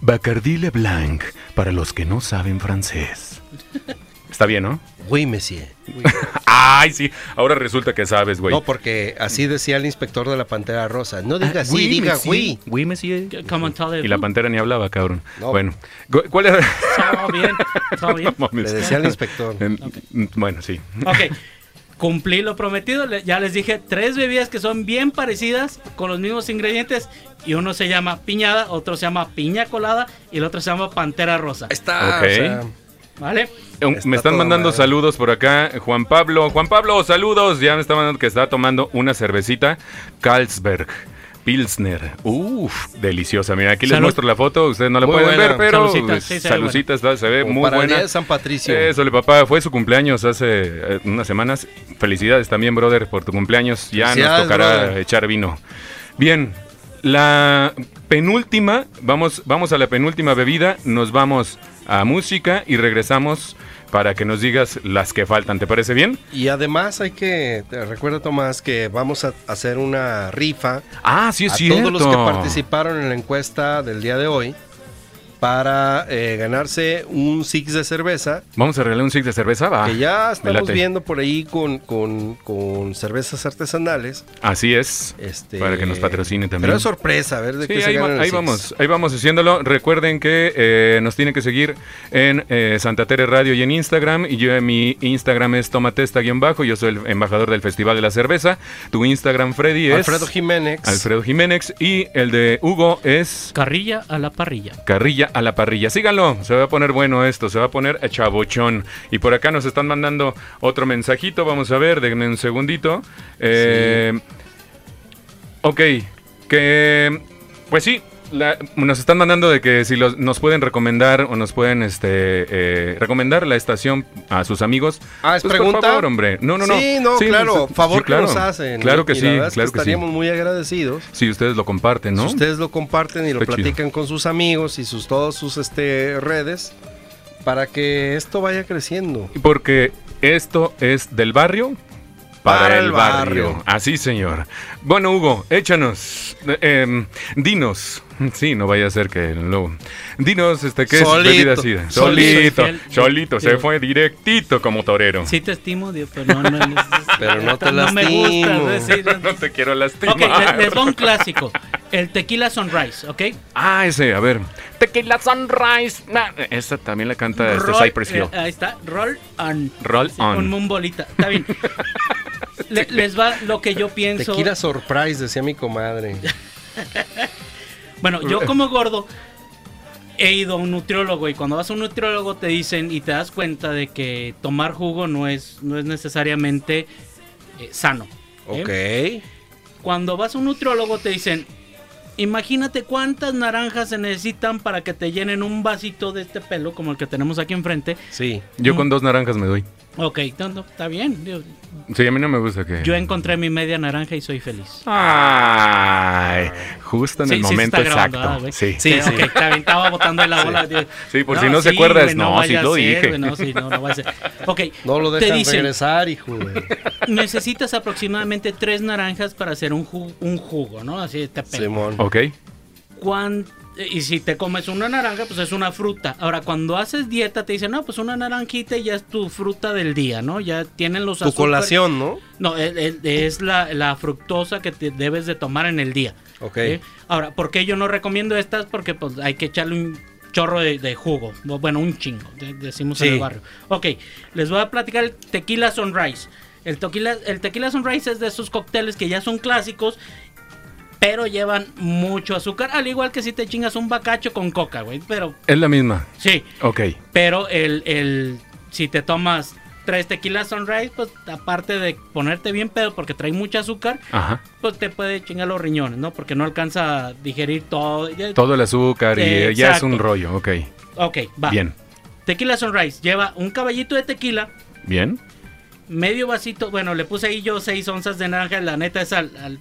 Bacardí Leblanc, para los que no saben francés. Está bien, ¿no? Güey, Messier. Ay, sí. Ahora resulta que sabes, güey. Ah, No, porque así decía el inspector de la Pantera Rosa. No diga sí, Oui, diga monsieur. güey. Oui, monsieur. Como en todo el- Y la pantera ni hablaba, cabrón. No. Bueno, Gu- ¿cuál era? Todo bien, todo bien. No mames. Le decía al inspector. En- mm, Bueno, sí. Ok. Cumplí lo prometido. le- Ya les dije tres bebidas que son bien parecidas, con los mismos ingredientes. Y uno se llama piñada, otro se llama piña colada y el otro se llama pantera rosa. Está. Ok. o sea, ¿Vale? Un- Está Me están toda mandando madre. saludos por acá. Juan Pablo, Juan Pablo, saludos. Ya me está mandando que está tomando una cervecita. Carlsberg. Pilsner, uff, deliciosa. Mira, aquí les Salud. muestro la foto. Ustedes no la Muy pueden buena. ver, pero Salucita, salucita, sí, se ve está, se ve como muy para el buena. día de San Patricio. Eso le papá, fue su cumpleaños hace eh, unas semanas. Felicidades también, brother, por tu cumpleaños. Ya nos Felicidades, tocará brother. echar vino. Bien, la penúltima, vamos, vamos a la penúltima bebida, nos vamos a música y regresamos para que nos digas las que faltan. ¿Te parece bien? Y además hay que, te recuerda Tomás, que vamos a hacer una rifa Ah, sí, es a cierto. todos los que participaron en la encuesta del día de hoy para eh, ganarse un six de cerveza Vamos a regalar un six de cerveza, va. que ya Ah, me estamos late. viendo por ahí con, con, con cervezas artesanales. Así es. Este, Para que nos patrocine también. Pero es sorpresa, a ver de Sí, qué se ahí, va- ganan ahí los six. vamos, ahí vamos haciéndolo. Recuerden que eh, nos tienen que seguir en eh, Santa Tere Radio y en Instagram. Y yo, eh, mi Instagram es tomatesta-bajo. Yo soy el embajador del Festival de la Cerveza. Tu Instagram, Freddy, es Alfredo Jiménez. Alfredo Jiménez. Y el de Hugo es Carrilla a la parrilla. Carrilla a la parrilla. Síganlo, se va a poner bueno esto, se va a poner chabochón. Y por acá nos están mandando otro mensajito. Vamos a ver, denme un segundito. Eh, Ok, que. Pues sí. la- nos están mandando de que si los- nos pueden recomendar o nos pueden este eh, recomendar la estación a sus amigos. Ah, es Pues, pregunta. Por favor, hombre. No, no, no. Sí, no, claro. pues, favor sí, claro. que nos hacen. Claro y- que y sí, la verdad es que claro que, sí. estaríamos muy agradecidos. Si ustedes lo comparten, ¿no? Si ustedes lo comparten y lo Está chido. platican con sus amigos y sus todas sus este, redes para que esto vaya creciendo. Porque esto es del barrio para, Para el el barrio. barrio. Así, señor. Bueno, Hugo, échanos. eh, em, dinos. Sí, no vaya a ser que luego. Dinos, este, ¿qué Solito. es bebida sida? Solito. Solito, solito, se fue directito como torero. Sí te estimo, Dios, pero no, no, no, Pero no te me lastimo. gusta decir. no te quiero lastimar. Ok, les, les doy un clásico. El tequila sunrise, ¿ok? Ah, ese, a ver. Tequila Sunrise. Nah, esa también la canta este Roll- Cypress Hill. eh, ahí está, roll on. Roll Sí, on. Un mumbolita. Está bien. Le- les va lo que yo pienso. Tequila Surprise, decía mi comadre. Bueno, yo como gordo he ido a un nutriólogo y cuando vas a un nutriólogo te dicen y te das cuenta de que tomar jugo no es, no es necesariamente eh, sano. ¿eh? Ok. Cuando vas a un nutriólogo te dicen, imagínate cuántas naranjas se necesitan para que te llenen un vasito de este pelo como el que tenemos aquí enfrente. Sí. Yo con dos naranjas me doy. Ok, no, no, está bien. Yo, Sí, a mí no me gusta que. yo encontré mi media naranja y soy feliz. Ay, justo en Sí, el sí se momento está grabando, ah, exacto. güey. Sí. Sí, Ok, está bien, estaba botando en la bola. Digo, Sí, por si no se acuerda, es, no, sí vaya lo a ser, dije. güey, no, sí, no, no vaya a ser. Ok, No lo te dejan dicen, regresar, hijo. de- necesitas aproximadamente tres naranjas para hacer un, ju- un jugo, ¿no? Así te pego. Simón. Ok. Cuán- Y si te comes una naranja, pues es una fruta. Ahora, cuando haces dieta, te dicen, no, pues una naranjita y ya es tu fruta del día, ¿no? Ya tienen los Tu azúcares. colación, ¿no? No, el- el- es la, la fructosa que te debes de tomar en el día. Ok. ¿sí? Ahora, ¿por qué yo no recomiendo estas? Porque pues hay que echarle un chorro de, de jugo. No, Bueno, un chingo, de- decimos en Sí. el barrio. Ok, les voy a platicar el tequila sunrise. El tequila, el tequila sunrise es de esos cócteles que ya son clásicos, pero llevan mucho azúcar. Al igual que si te chingas un bacacho con coca, güey. Pero Es la misma. sí, Ok. pero el, el si te tomas tres tequilas sunrise, pues aparte de ponerte bien pedo porque trae mucho azúcar, Ajá. pues te puede chingar los riñones, ¿no? Porque no alcanza a digerir todo. Ya- Todo el azúcar y Sí, eh, ya es exacto. un rollo. Ok. Ok, va. Bien. Tequila Sunrise lleva un caballito de tequila, Bien. medio vasito. Bueno, le puse ahí yo seis onzas de naranja. La neta es al. al-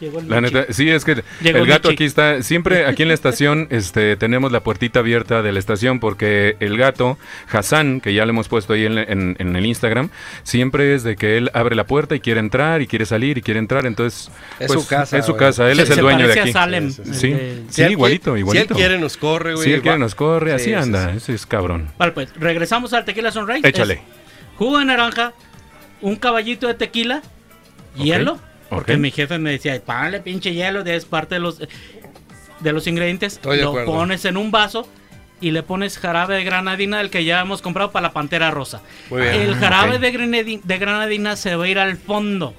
llegó el La Michi. neta, sí, es que Llegó el gato Michi. aquí está. Siempre aquí en la estación este, tenemos la puertita abierta de la estación porque el gato, Hassan, que ya lo hemos puesto ahí en, en- en el Instagram, siempre es de que él abre la puerta y quiere entrar y quiere salir y quiere entrar. Entonces, pues, Es su casa, Es su güey. casa. Él Se- es el se dueño de parece a aquí. Salem, Sí, Sí, el de- sí, él qui- igualito, Si igualito. él quiere, nos corre, güey. Si él quiere Va- nos corre, Sí, así sí, anda, sí. ese es cabrón. Vale, pues regresamos al Tequila Sunrise. Échale. Es jugo de naranja, un caballito de tequila, Ok, hielo. Porque ok. mi jefe me decía, ponle pinche hielo, es parte de los, de los ingredientes. Estoy de lo acuerdo. pones en un vaso y le pones jarabe de granadina, el que ya hemos comprado para la pantera rosa. Muy bien. El Ah, jarabe ok. de, granadi- de granadina se va a ir al fondo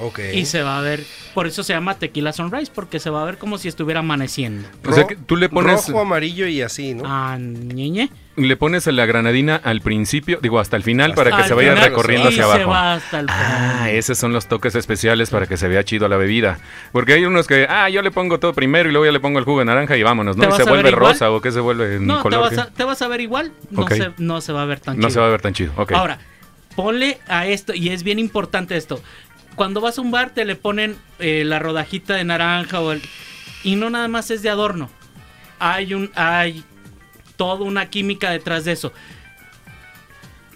Ok. y se va a ver. Por eso se llama tequila sunrise, porque se va a ver como si estuviera amaneciendo. O sea que tú le pones- rojo, amarillo y así, ¿no? Ah, ñeñe. Le pones la granadina al principio, digo hasta el final, Hasta para que Al se vaya final, recorriendo y hacia Se abajo. va hasta el fondo. Ah, esos son los toques especiales para que se vea chido la bebida. Porque hay unos que, ah, yo le pongo todo primero y luego ya le pongo el jugo de naranja y vámonos, ¿no? ¿Te Y vas se a ver vuelve igual? rosa o que se vuelve en No, te color. vas, que- a, te vas a ver igual. No, Ok. se, no se va a ver tan No chido. se va a ver tan chido. Ok. Ahora, ponle a esto, y es bien importante esto. Cuando vas a un bar, te le ponen eh, la rodajita de naranja o el- y no nada más es de adorno. Hay un. Hay toda una química detrás de eso.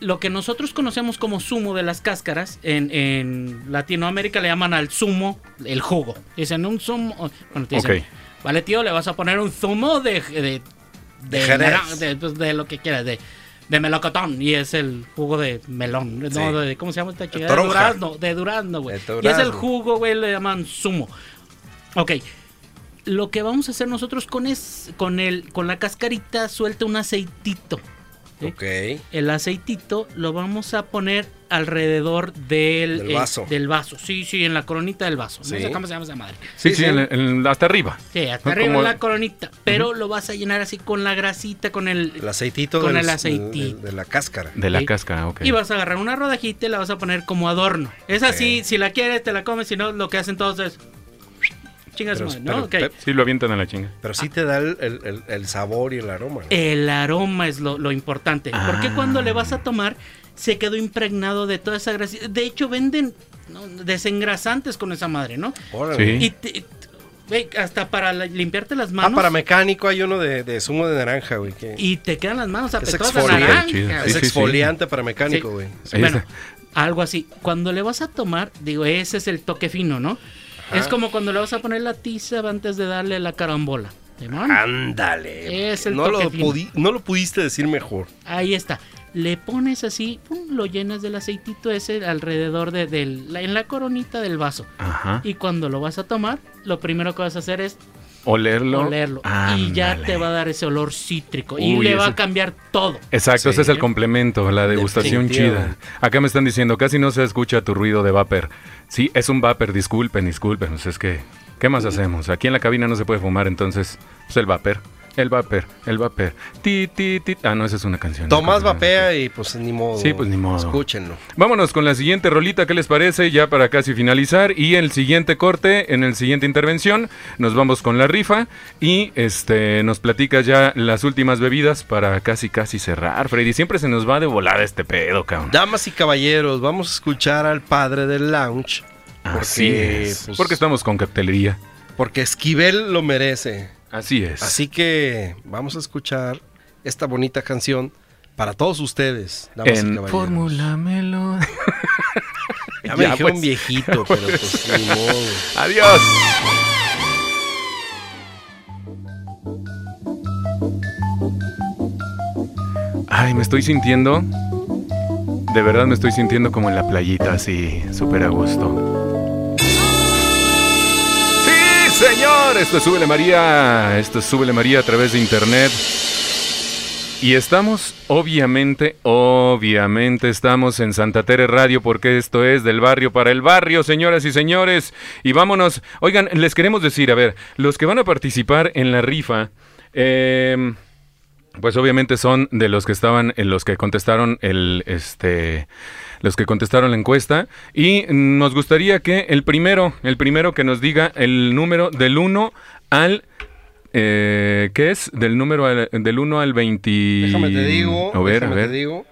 lo que nosotros conocemos como zumo de las cáscaras, en, en Latinoamérica le llaman al zumo el jugo. Dicen un zumo. Bueno, te dicen, Ok. vale, tío, le vas a poner un zumo de. de, de, De Jerez. naran- de- pues, de lo que quieras, de. De melocotón, y es el jugo de melón. No, Sí. de, ¿Cómo se llama esta chica? De toronja. durazno, de durazno, güey. De Y es el durazno. jugo, güey, le llaman zumo. Ok, lo que vamos a hacer nosotros con es con el con la cascarita suelta un aceitito. ¿sí? Ok. El aceitito lo vamos a poner alrededor del, Del eh, vaso. del vaso. Sí, sí, en la coronita del vaso. Sí. No sé cómo se llama esa madre. Sí, sí, Sí, sí. en- en- hasta arriba. Sí, hasta Ah, arriba como- en la coronita. Pero lo vas a llenar así con la grasita, con el. El aceitito. Con del- el aceitito. de- de la cáscara. De la Sí. cáscara, ok. Y vas a agarrar una rodajita y la vas a poner como adorno. Es así, si la quieres, te la comes, si no, lo que hacen todos es. Chingas, Pero- madre, ¿no? pero- Ok. Sí, lo avientan a la chinga. Pero Ah. sí te da el, el- el- el sabor y el aroma. ¿no? El aroma es lo, lo importante. Porque Ah. cuando le vas a tomar, se quedó impregnado de toda esa grasa. De hecho, venden ¿no? desengrasantes con esa madre, ¿no? Órale. Sí. Y te- t- güey, hasta para la- limpiarte las Ah, manos. para mecánico hay uno de, de zumo de naranja, güey. que- Y te quedan las manos apestadas a exfoliante. naranja. Chido. güey. es sí, sí, sí. exfoliante para mecánico, Sí. güey. Ahí bueno, está. algo así. Cuando le vas a tomar, digo, ese es el toque fino, ¿no? Ajá. Es como cuando le vas a poner la tiza antes de darle la carambola. Simón. Ándale. Es el no, lo toque fino. pudi- no lo pudiste decir mejor. Ahí está. Le pones así, pum, lo llenas del aceitito ese alrededor de, del- la- en la coronita del vaso. Ajá. Y cuando lo vas a tomar, lo primero que vas a hacer es Olerlo. olerlo. Y ya Ándale. te va a dar ese olor cítrico. y Uy, le va eso- a cambiar todo. Exacto, Sí. ese es el complemento, la degustación Definitivo. chida. Acá me están diciendo, casi no se escucha tu ruido de vapor. Sí, es un vapor, disculpen, disculpen. pues es que, ¿qué más hacemos? Aquí en la cabina no se puede fumar, entonces, pues el vapor, el vapor, el vapor. Ti, ti, ti. Ah, no, esa es una canción. Tomás Disculpen. vapea y pues ni modo. Sí, pues, ni modo. Escúchenlo. Vámonos con la siguiente rolita, ¿qué les parece? Ya para casi finalizar. Y el siguiente corte, en el siguiente intervención, nos vamos con la rifa y este nos platica ya las últimas bebidas para casi casi cerrar. Freddy, siempre se nos va de volada este pedo, cabrón. Damas y caballeros, vamos a escuchar al padre del lounge. Porque, Así es. pues, Porque estamos con coctelería. porque Esquivel lo merece. Así es. Así que vamos a escuchar esta bonita canción para todos ustedes, damas y en caballeros. Fórmula Melo. Ya me Ya, dijeron pues. viejito, pero pues ni modo. Adiós. Ay, me estoy sintiendo. De verdad me estoy sintiendo como en la playita, así, súper a gusto. Sí, señor. Esto es Súbele María. Esto es Súbele María a través de internet. Y estamos, obviamente, obviamente estamos en Santa Tere Radio porque esto es del barrio para el barrio, señoras y señores. Y vámonos. Oigan, les queremos decir, a ver, los que van a participar en la rifa, eh, pues obviamente son de los que estaban, en los que contestaron el, este, los que contestaron la encuesta. Y nos gustaría que el primero, el primero que nos diga el número del 1 al... Eh, ¿Qué es? Del número al- del 1 al 20. Déjame te digo, A ver, déjame a ver. te digo,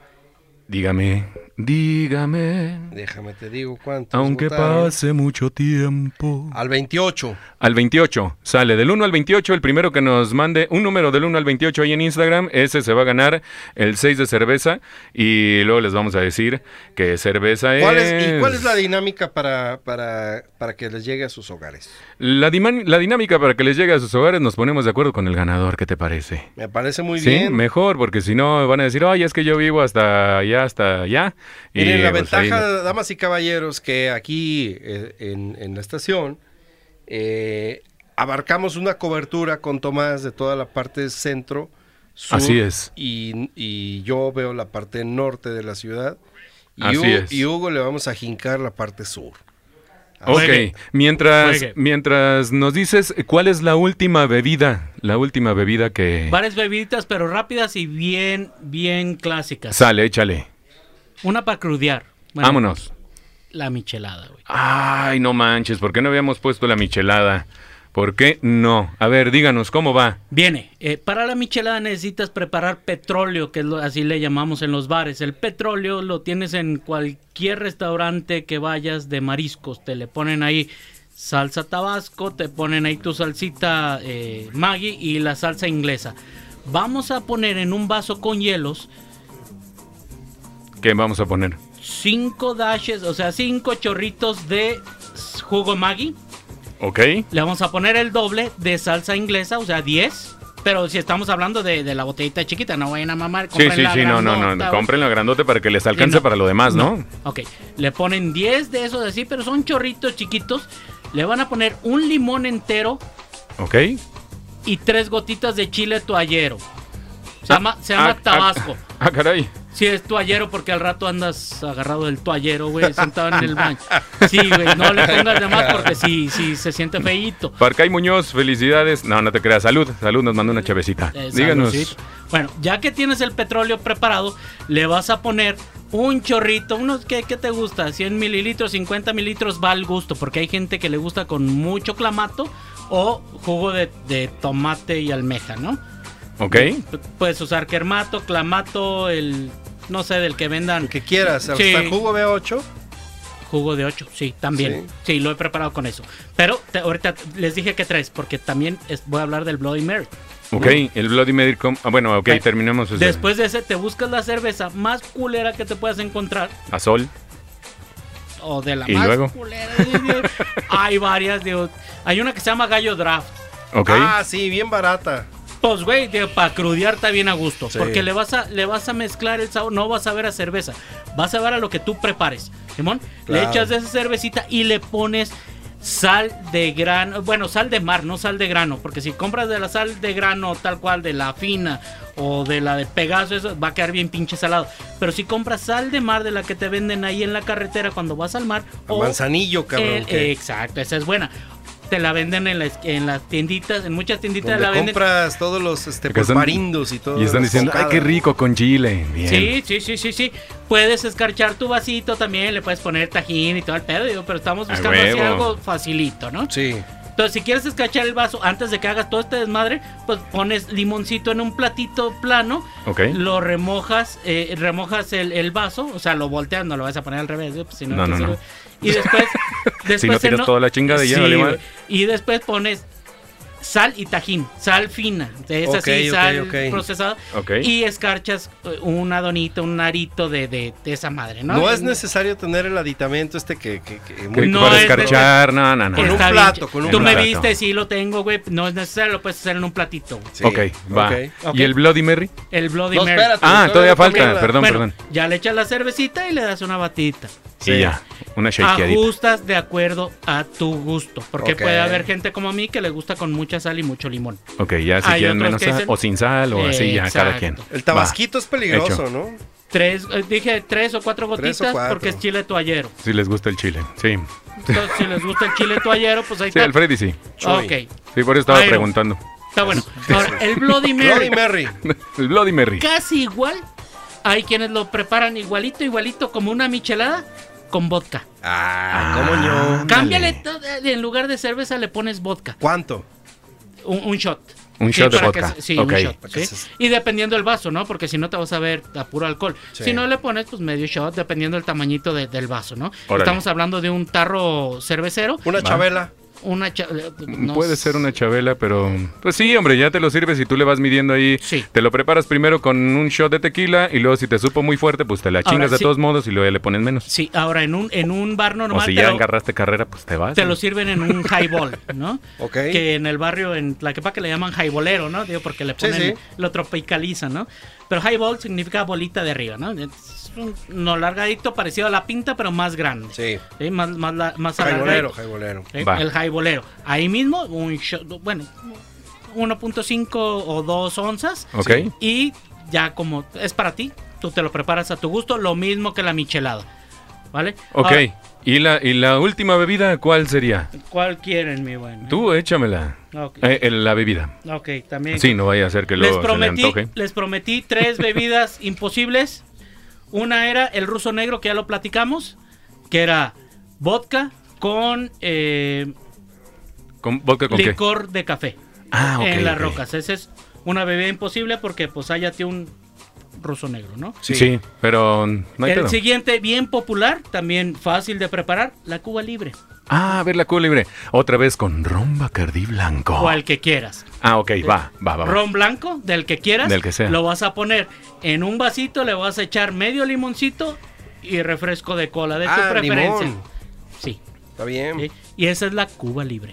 Dígame, dígame. déjame te digo cuánto. Aunque ¿eh? pase mucho tiempo. Al 28. Al 28. Sale del 1 al 28. El primero que nos mande un número del 1 al 28 ahí en Instagram, ese se va a ganar el 6 de cerveza. Y luego les vamos a decir que cerveza ¿Cuál es, ¿Y cuál es la dinámica para, para, para que les llegue a sus hogares? La diman- la dinámica para que les llegue a sus hogares, nos ponemos de acuerdo con el ganador. ¿Qué te parece? Me parece muy sí, bien. mejor, porque si no van a decir, ay, es que yo vivo hasta allá, hasta allá. Y, Miren, la pues, ahí ventaja, no- damas y caballeros, que aquí eh, en, en la estación eh, abarcamos una cobertura con Tomás de toda la parte centro. sur, Así es. Y, y yo veo la parte norte de la ciudad. Y, Así Hugo, es. y Hugo le vamos a jincar la parte sur. Ok, Juegue. mientras, Juegue. mientras nos dices cuál es la última bebida, la última bebida que Varias bebiditas, pero rápidas y bien, bien clásicas. sale, échale. Una para crudear. Bueno, Vámonos. La michelada, güey. Ay, no manches, ¿por qué no habíamos puesto la michelada? ¿Por qué no? A ver, díganos, ¿cómo va? Viene, eh, para la michelada necesitas preparar petróleo, que es lo- así le llamamos en los bares. El petróleo lo tienes en cualquier restaurante que vayas de mariscos. Te le ponen ahí salsa tabasco, te ponen ahí tu salsita eh, Maggi y la salsa inglesa. Vamos a poner en un vaso con hielos ¿Qué vamos a poner? cinco dashes, o sea, cinco chorritos de s- jugo Maggi. ¿Ok? Le vamos a poner el doble de salsa inglesa, o sea, 10. Pero si estamos hablando de, de la botellita chiquita, no vayan a mamar. Sí, compren sí, la sí, no, no, no. grandota, o- Compren la grandote para que les alcance Sí, no. para lo demás, ¿no? Ok, le ponen 10 de esos así, pero son chorritos chiquitos. Le van a poner un limón entero ¿Ok? y tres gotitas de chile toallero. Se llama, se llama Ah, ah, Tabasco. Ah, caray. Sí, es toallero porque al rato andas agarrado del toallero, güey, sentado en el baño. Sí, güey, no le pongas de más porque sí, sí, se siente feíto. Parcay Muñoz, felicidades. No, no te creas. Salud, salud, nos manda una chavecita. Eh, Díganos. saludcito. Bueno, ya que tienes el petróleo preparado, le vas a poner un chorrito, unos que te gusta, 100 mililitros, 50 mililitros, va al gusto, porque hay gente que le gusta con mucho clamato o jugo de, de tomate y almeja, ¿no? ¿Ok? P- Puedes usar kermato, clamato, el, no sé, del que vendan. El que quieras, hasta Sí. jugo B8. Jugo de 8, sí, también. Sí, lo he preparado con eso. Pero te- ahorita les dije que tres, porque también es- voy a hablar del Bloody Mary. Ok, el Bloody Mary. com- ah, bueno, ok, este, Eh, terminamos. ese. Después de ese, te buscas la cerveza más culera que te puedas encontrar. A Sol. O de la ¿Y más luego? culera. Hay varias, digo. Hay una que se llama Gallo Draft. Ok. Ah, sí, bien barata. Pues, güey, para crudear está bien a gusto. Sí. Porque le vas, a, le vas a mezclar el sabor. No vas a ver a cerveza. Vas a ver a lo que tú prepares. Simón, le Claro. echas de esa cervecita y le pones sal de grano. Bueno, sal de mar, no sal de grano. Porque si compras de la sal de grano tal cual, de la fina o de la de Pegaso, eso va a quedar bien pinche salado. Pero si compras sal de mar de la que te venden ahí en la carretera cuando vas al mar. A o manzanillo, cabrón. el- eh, que exacto, esa es buena. Te la venden en las, en las tienditas, en muchas tienditas donde la venden. compras todos los este, Porque están- pulparindos y todo. Y están diciendo, ay, qué rico con chile. Bien. Sí, sí, sí, sí, sí. Puedes escarchar tu vasito también, le puedes poner tajín y todo el pedo, digo, pero estamos A buscando así huevo. algo facilito, ¿no? Sí. Entonces, si quieres escarchar el vaso antes de que hagas todo este desmadre, pues pones limoncito en un platito plano, Ok. lo remojas, eh, remojas el, el vaso, o sea, lo volteas, no lo vas a poner al revés, ¿eh? Pues, si no, No, ¿qué no, no. sirve? Y después, después Si no en tiras o- toda la chingada y ya, Sí, vale madre. güey. y después pones sal y tajín, sal fina, es Ok, así, ok, sal ok. procesada, Ok. y escarchas eh, una donita, un narito de, de- de esa madre, ¿no? No, es necesario tener el aditamento este que. que, que- Que- muy- No para es de- escarchar, no, no, no. Con un Está bien. plato, con un Tú me plato. viste, sí lo tengo, güey. No es necesario, lo puedes hacer en un platito. güey. Sí, Ok, va. ok. ¿Y el Bloody Mary? El Bloody No, Mary. espérate, Ah, todavía falta. comienza. Perdón, Bueno, perdón. Ya le echas la cervecita y le das una batita. Sí. Y ya, Ah, una shakeadita. Ajustas de acuerdo a tu gusto. Porque Ok. puede haber gente como a mí que le gusta con mucha sal y mucho limón. Ok, ya si Hay quieren otros menos que sal, dicen- o sin sal o así ya, cada Exacto. quien. El tabasquito es peligroso, ¿no? Tres, eh, dije tres o cuatro Tres gotitas o cuatro. porque es chile toallero. Va, Si les gusta el chile, sí. Entonces, si les gusta el chile toallero, pues ahí Sí, está. al Freddy sí. Chuy. Ok, Sí, por eso estaba Iron. preguntando. está bueno. Ahora, el Bloody Mary. Bloody Mary. El Bloody Mary. casi igual. Hay quienes lo preparan igualito, igualito, como una michelada con vodka. Ah, cómo yo. Cámbiale, todo, eh, en lugar de cerveza le pones vodka, ¿Cuánto? un, un shot. Un shot de para que vodka. se- sí, Ok. un shot. Para que ¿sí? se- Y dependiendo del vaso, ¿no? Porque si no te vas a ver a puro alcohol. Sí. Si no le pones, pues medio shot, dependiendo del tamañito de- del vaso, ¿no? Órale. Estamos hablando de un tarro cervecero. Una Va. chabela. Una cha- eh, no Puede sé. ser una chabela, pero... Pues sí, hombre, ya te lo sirves y tú le vas midiendo ahí. Sí. Te lo preparas primero con un shot de tequila y luego si te supo muy fuerte, pues te la Ahora, chingas de sí. todos modos y luego ya le pones menos. Sí, ahora en un, en un bar O normal. si te ya lo- agarraste carrera, pues te vas. te lo sirven en un highball, ¿no? Ok. Que en el barrio, en Tlaquepaque le llaman highbolero, ¿no? Digo, porque le Sí, ponen, sí. lo tropicalizan, ¿no? Pero highball significa bolita de arriba, ¿no? Es un- no largadito, parecido a la pinta, pero más grande. Sí. ¿sí? Más, más, la- más Jaibolero, alargadito. jaibolero. ¿sí? Va. El highbolero. Ahí mismo, un shot, bueno, 1.5 o 2 onzas. Ok. Sí. Y ya como es para ti, tú te lo preparas a tu gusto, lo mismo que la michelada. ¿Vale? Ok. Ahora, ¿Y la, ¿Y la última bebida cuál sería? ¿Cuál quieren, mi bueno? Tú échamela. Ok. Eh, el- la bebida. Ok, también. Sí, no vaya a ser que les, luego se le prometí, antoje. les prometí tres bebidas imposibles. Una era el ruso negro, que ya lo platicamos, que era vodka con eh, ¿Con vodka con qué? licor de café Ah, ok, en las ok. rocas. Esa es una bebida imposible porque pues hállate un ruso negro, ¿no? Sí, Sí. pero mm, no hay el pedo. siguiente, bien popular, también fácil de preparar, la Cuba Libre. Ah, a ver la Cuba Libre. Otra vez con ron Bacardí blanco. o al que quieras. Ah, ok, va, va, va. va. Ron blanco, del que quieras, Del que sea. lo vas a poner en un vasito, le vas a echar medio limoncito y refresco de cola de Ah, tu preferencia. limón. Sí, Está bien. sí. Y esa es la Cuba Libre.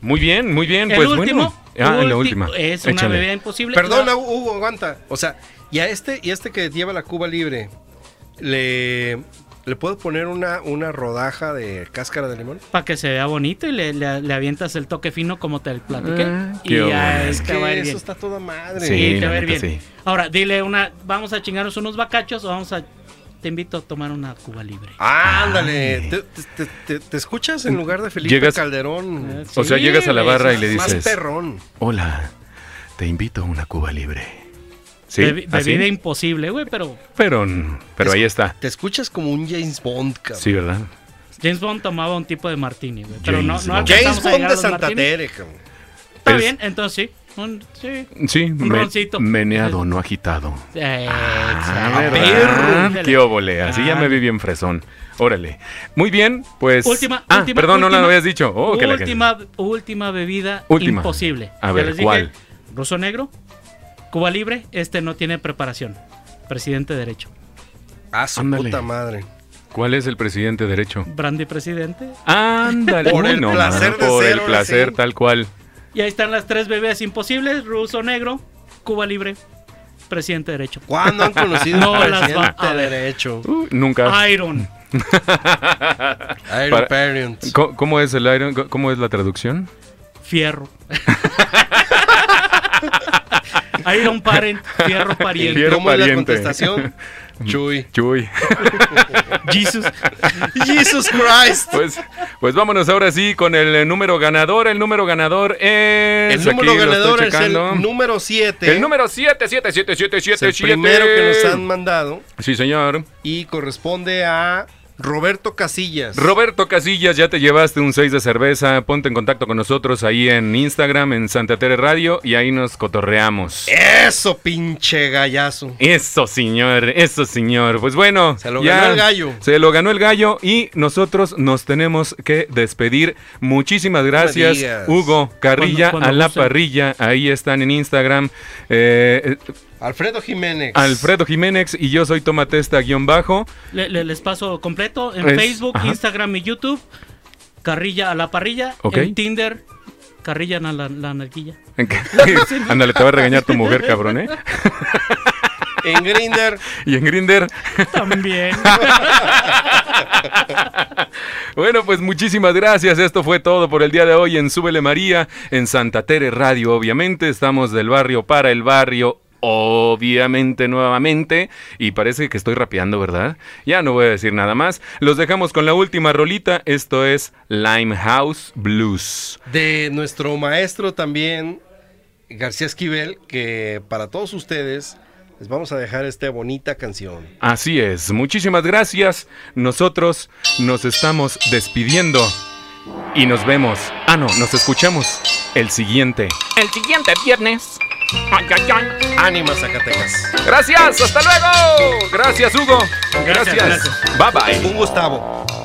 Muy bien, muy bien. El pues último, bueno. Ah, la ulti- última. es una Échale. bebida imposible. Perdona, La- Hu- Hugo, aguanta. O sea, y a este, y a este que lleva la Cuba libre, ¿le, le puedo poner una, una rodaja de cáscara de limón? para que se vea bonito y le, le- le avientas el toque fino como te platiqué. Ah, y qué ya bueno. es Es te va a que ir eso bien. está toda madre. Sí. Y te la va a ir neta, bien. sí. Ahora, dile una, vamos a chingarnos unos bacachos o vamos a, te invito a tomar una Cuba Libre. Ah, Ándale, te, te- te- te escuchas en lugar de Felipe Llegas- Calderón. O sea, Sí, llegas a la güey, barra y eso le es Más dices, perrón. hola, te invito a una Cuba Libre. Sí, Bebi- así, bebida imposible, güey, pero pero, pero ahí está. Te escuchas como un James Bond, cabrón. Sí, ¿verdad? James Bond tomaba un tipo de martini, güey. Pero no, James no Bond. alcanzamos James a Bond llegar de a los Santa martinis. Tere, cabrón. Está Es- bien, entonces sí. Un- sí. Sí, Un me- roncito. meneado, no agitado. Eh, Ah, exacto. ¿verdad? Ándale. Qué óvole, así ya Ah. me vi bien fresón. Órale. Muy bien, pues. Última, ah, última, perdón, no última. la habías dicho. Oh, que la- última, última bebida Última. imposible. A ver, ¿cuál? Ruso negro, Cuba libre, este no tiene preparación. Presidente derecho. A Ah, su Ándale. puta madre. ¿Cuál es el presidente derecho? Brandy presidente. Ándale. Por el no, placer mano, de Por ser, el ahora placer, sí. tal cual. Y ahí están las tres bebidas imposibles. Ruso negro, Cuba libre, presidente derecho. ¿Cuándo han conocido No un las va a presidente ver. derecho? Uh, nunca. Iron. Iron Para- Parent. Co- ¿Cómo es el Iron? co- ¿Cómo es la traducción? Fierro. Iron Parent, Fierro Pariente. Fierro ¿Cómo es la pariente. contestación? Chuy. Chuy. Jesus. Jesus Christ. Pues, pues vámonos ahora sí con el eh, número ganador. El número ganador es. Pues, Pues El número aquí lo estoy ganador es el checando. número 7. El número 7777777. el primero que nos han mandado Sí, señor. y corresponde a Roberto Casillas. Roberto Casillas, ya te llevaste un 6 de cerveza. Ponte en contacto con nosotros ahí en Instagram, en Santa Tere Radio, y ahí nos cotorreamos. Eso, pinche gallazo. Eso, señor, eso, señor. Pues bueno. Se lo ganó el gallo. Se lo ganó el gallo y nosotros nos tenemos que despedir. Muchísimas gracias, digas. Hugo Carrilla, Cuando- cuando a la gusten. parrilla. Ahí están en Instagram. eh, eh, Alfredo Jiménez. Alfredo Jiménez y yo soy Tomatesta guión bajo. Le- le- les paso completo en Es- Facebook, ajá. Instagram y YouTube. Carrilla a la parrilla. Ok. En Tinder, carrilla a la, la narguilla. Ándale, te va a regañar tu mujer, cabrón, ¿eh? En Grinder. Y en Grinder. También. Bueno, pues muchísimas gracias. Esto fue todo por el día de hoy en Súbele María, en Santa Tere Radio, obviamente. Estamos del barrio para el barrio, obviamente, nuevamente. Y parece que estoy rapeando, ¿verdad? Ya no voy a decir nada más. Los dejamos con la última rolita. Esto es Limehouse Blues. de nuestro maestro también, García Esquivel, que para todos ustedes les vamos a dejar esta bonita canción. Así es. Muchísimas gracias. Nosotros nos estamos despidiendo. Y nos vemos. Ah, no, nos escuchamos el siguiente. el siguiente viernes. Ay, ay, ay. Ánimas Zacatecas. Gracias, hasta luego. Gracias, Hugo. Gracias, Gracias. Bye bye. Un Gustavo.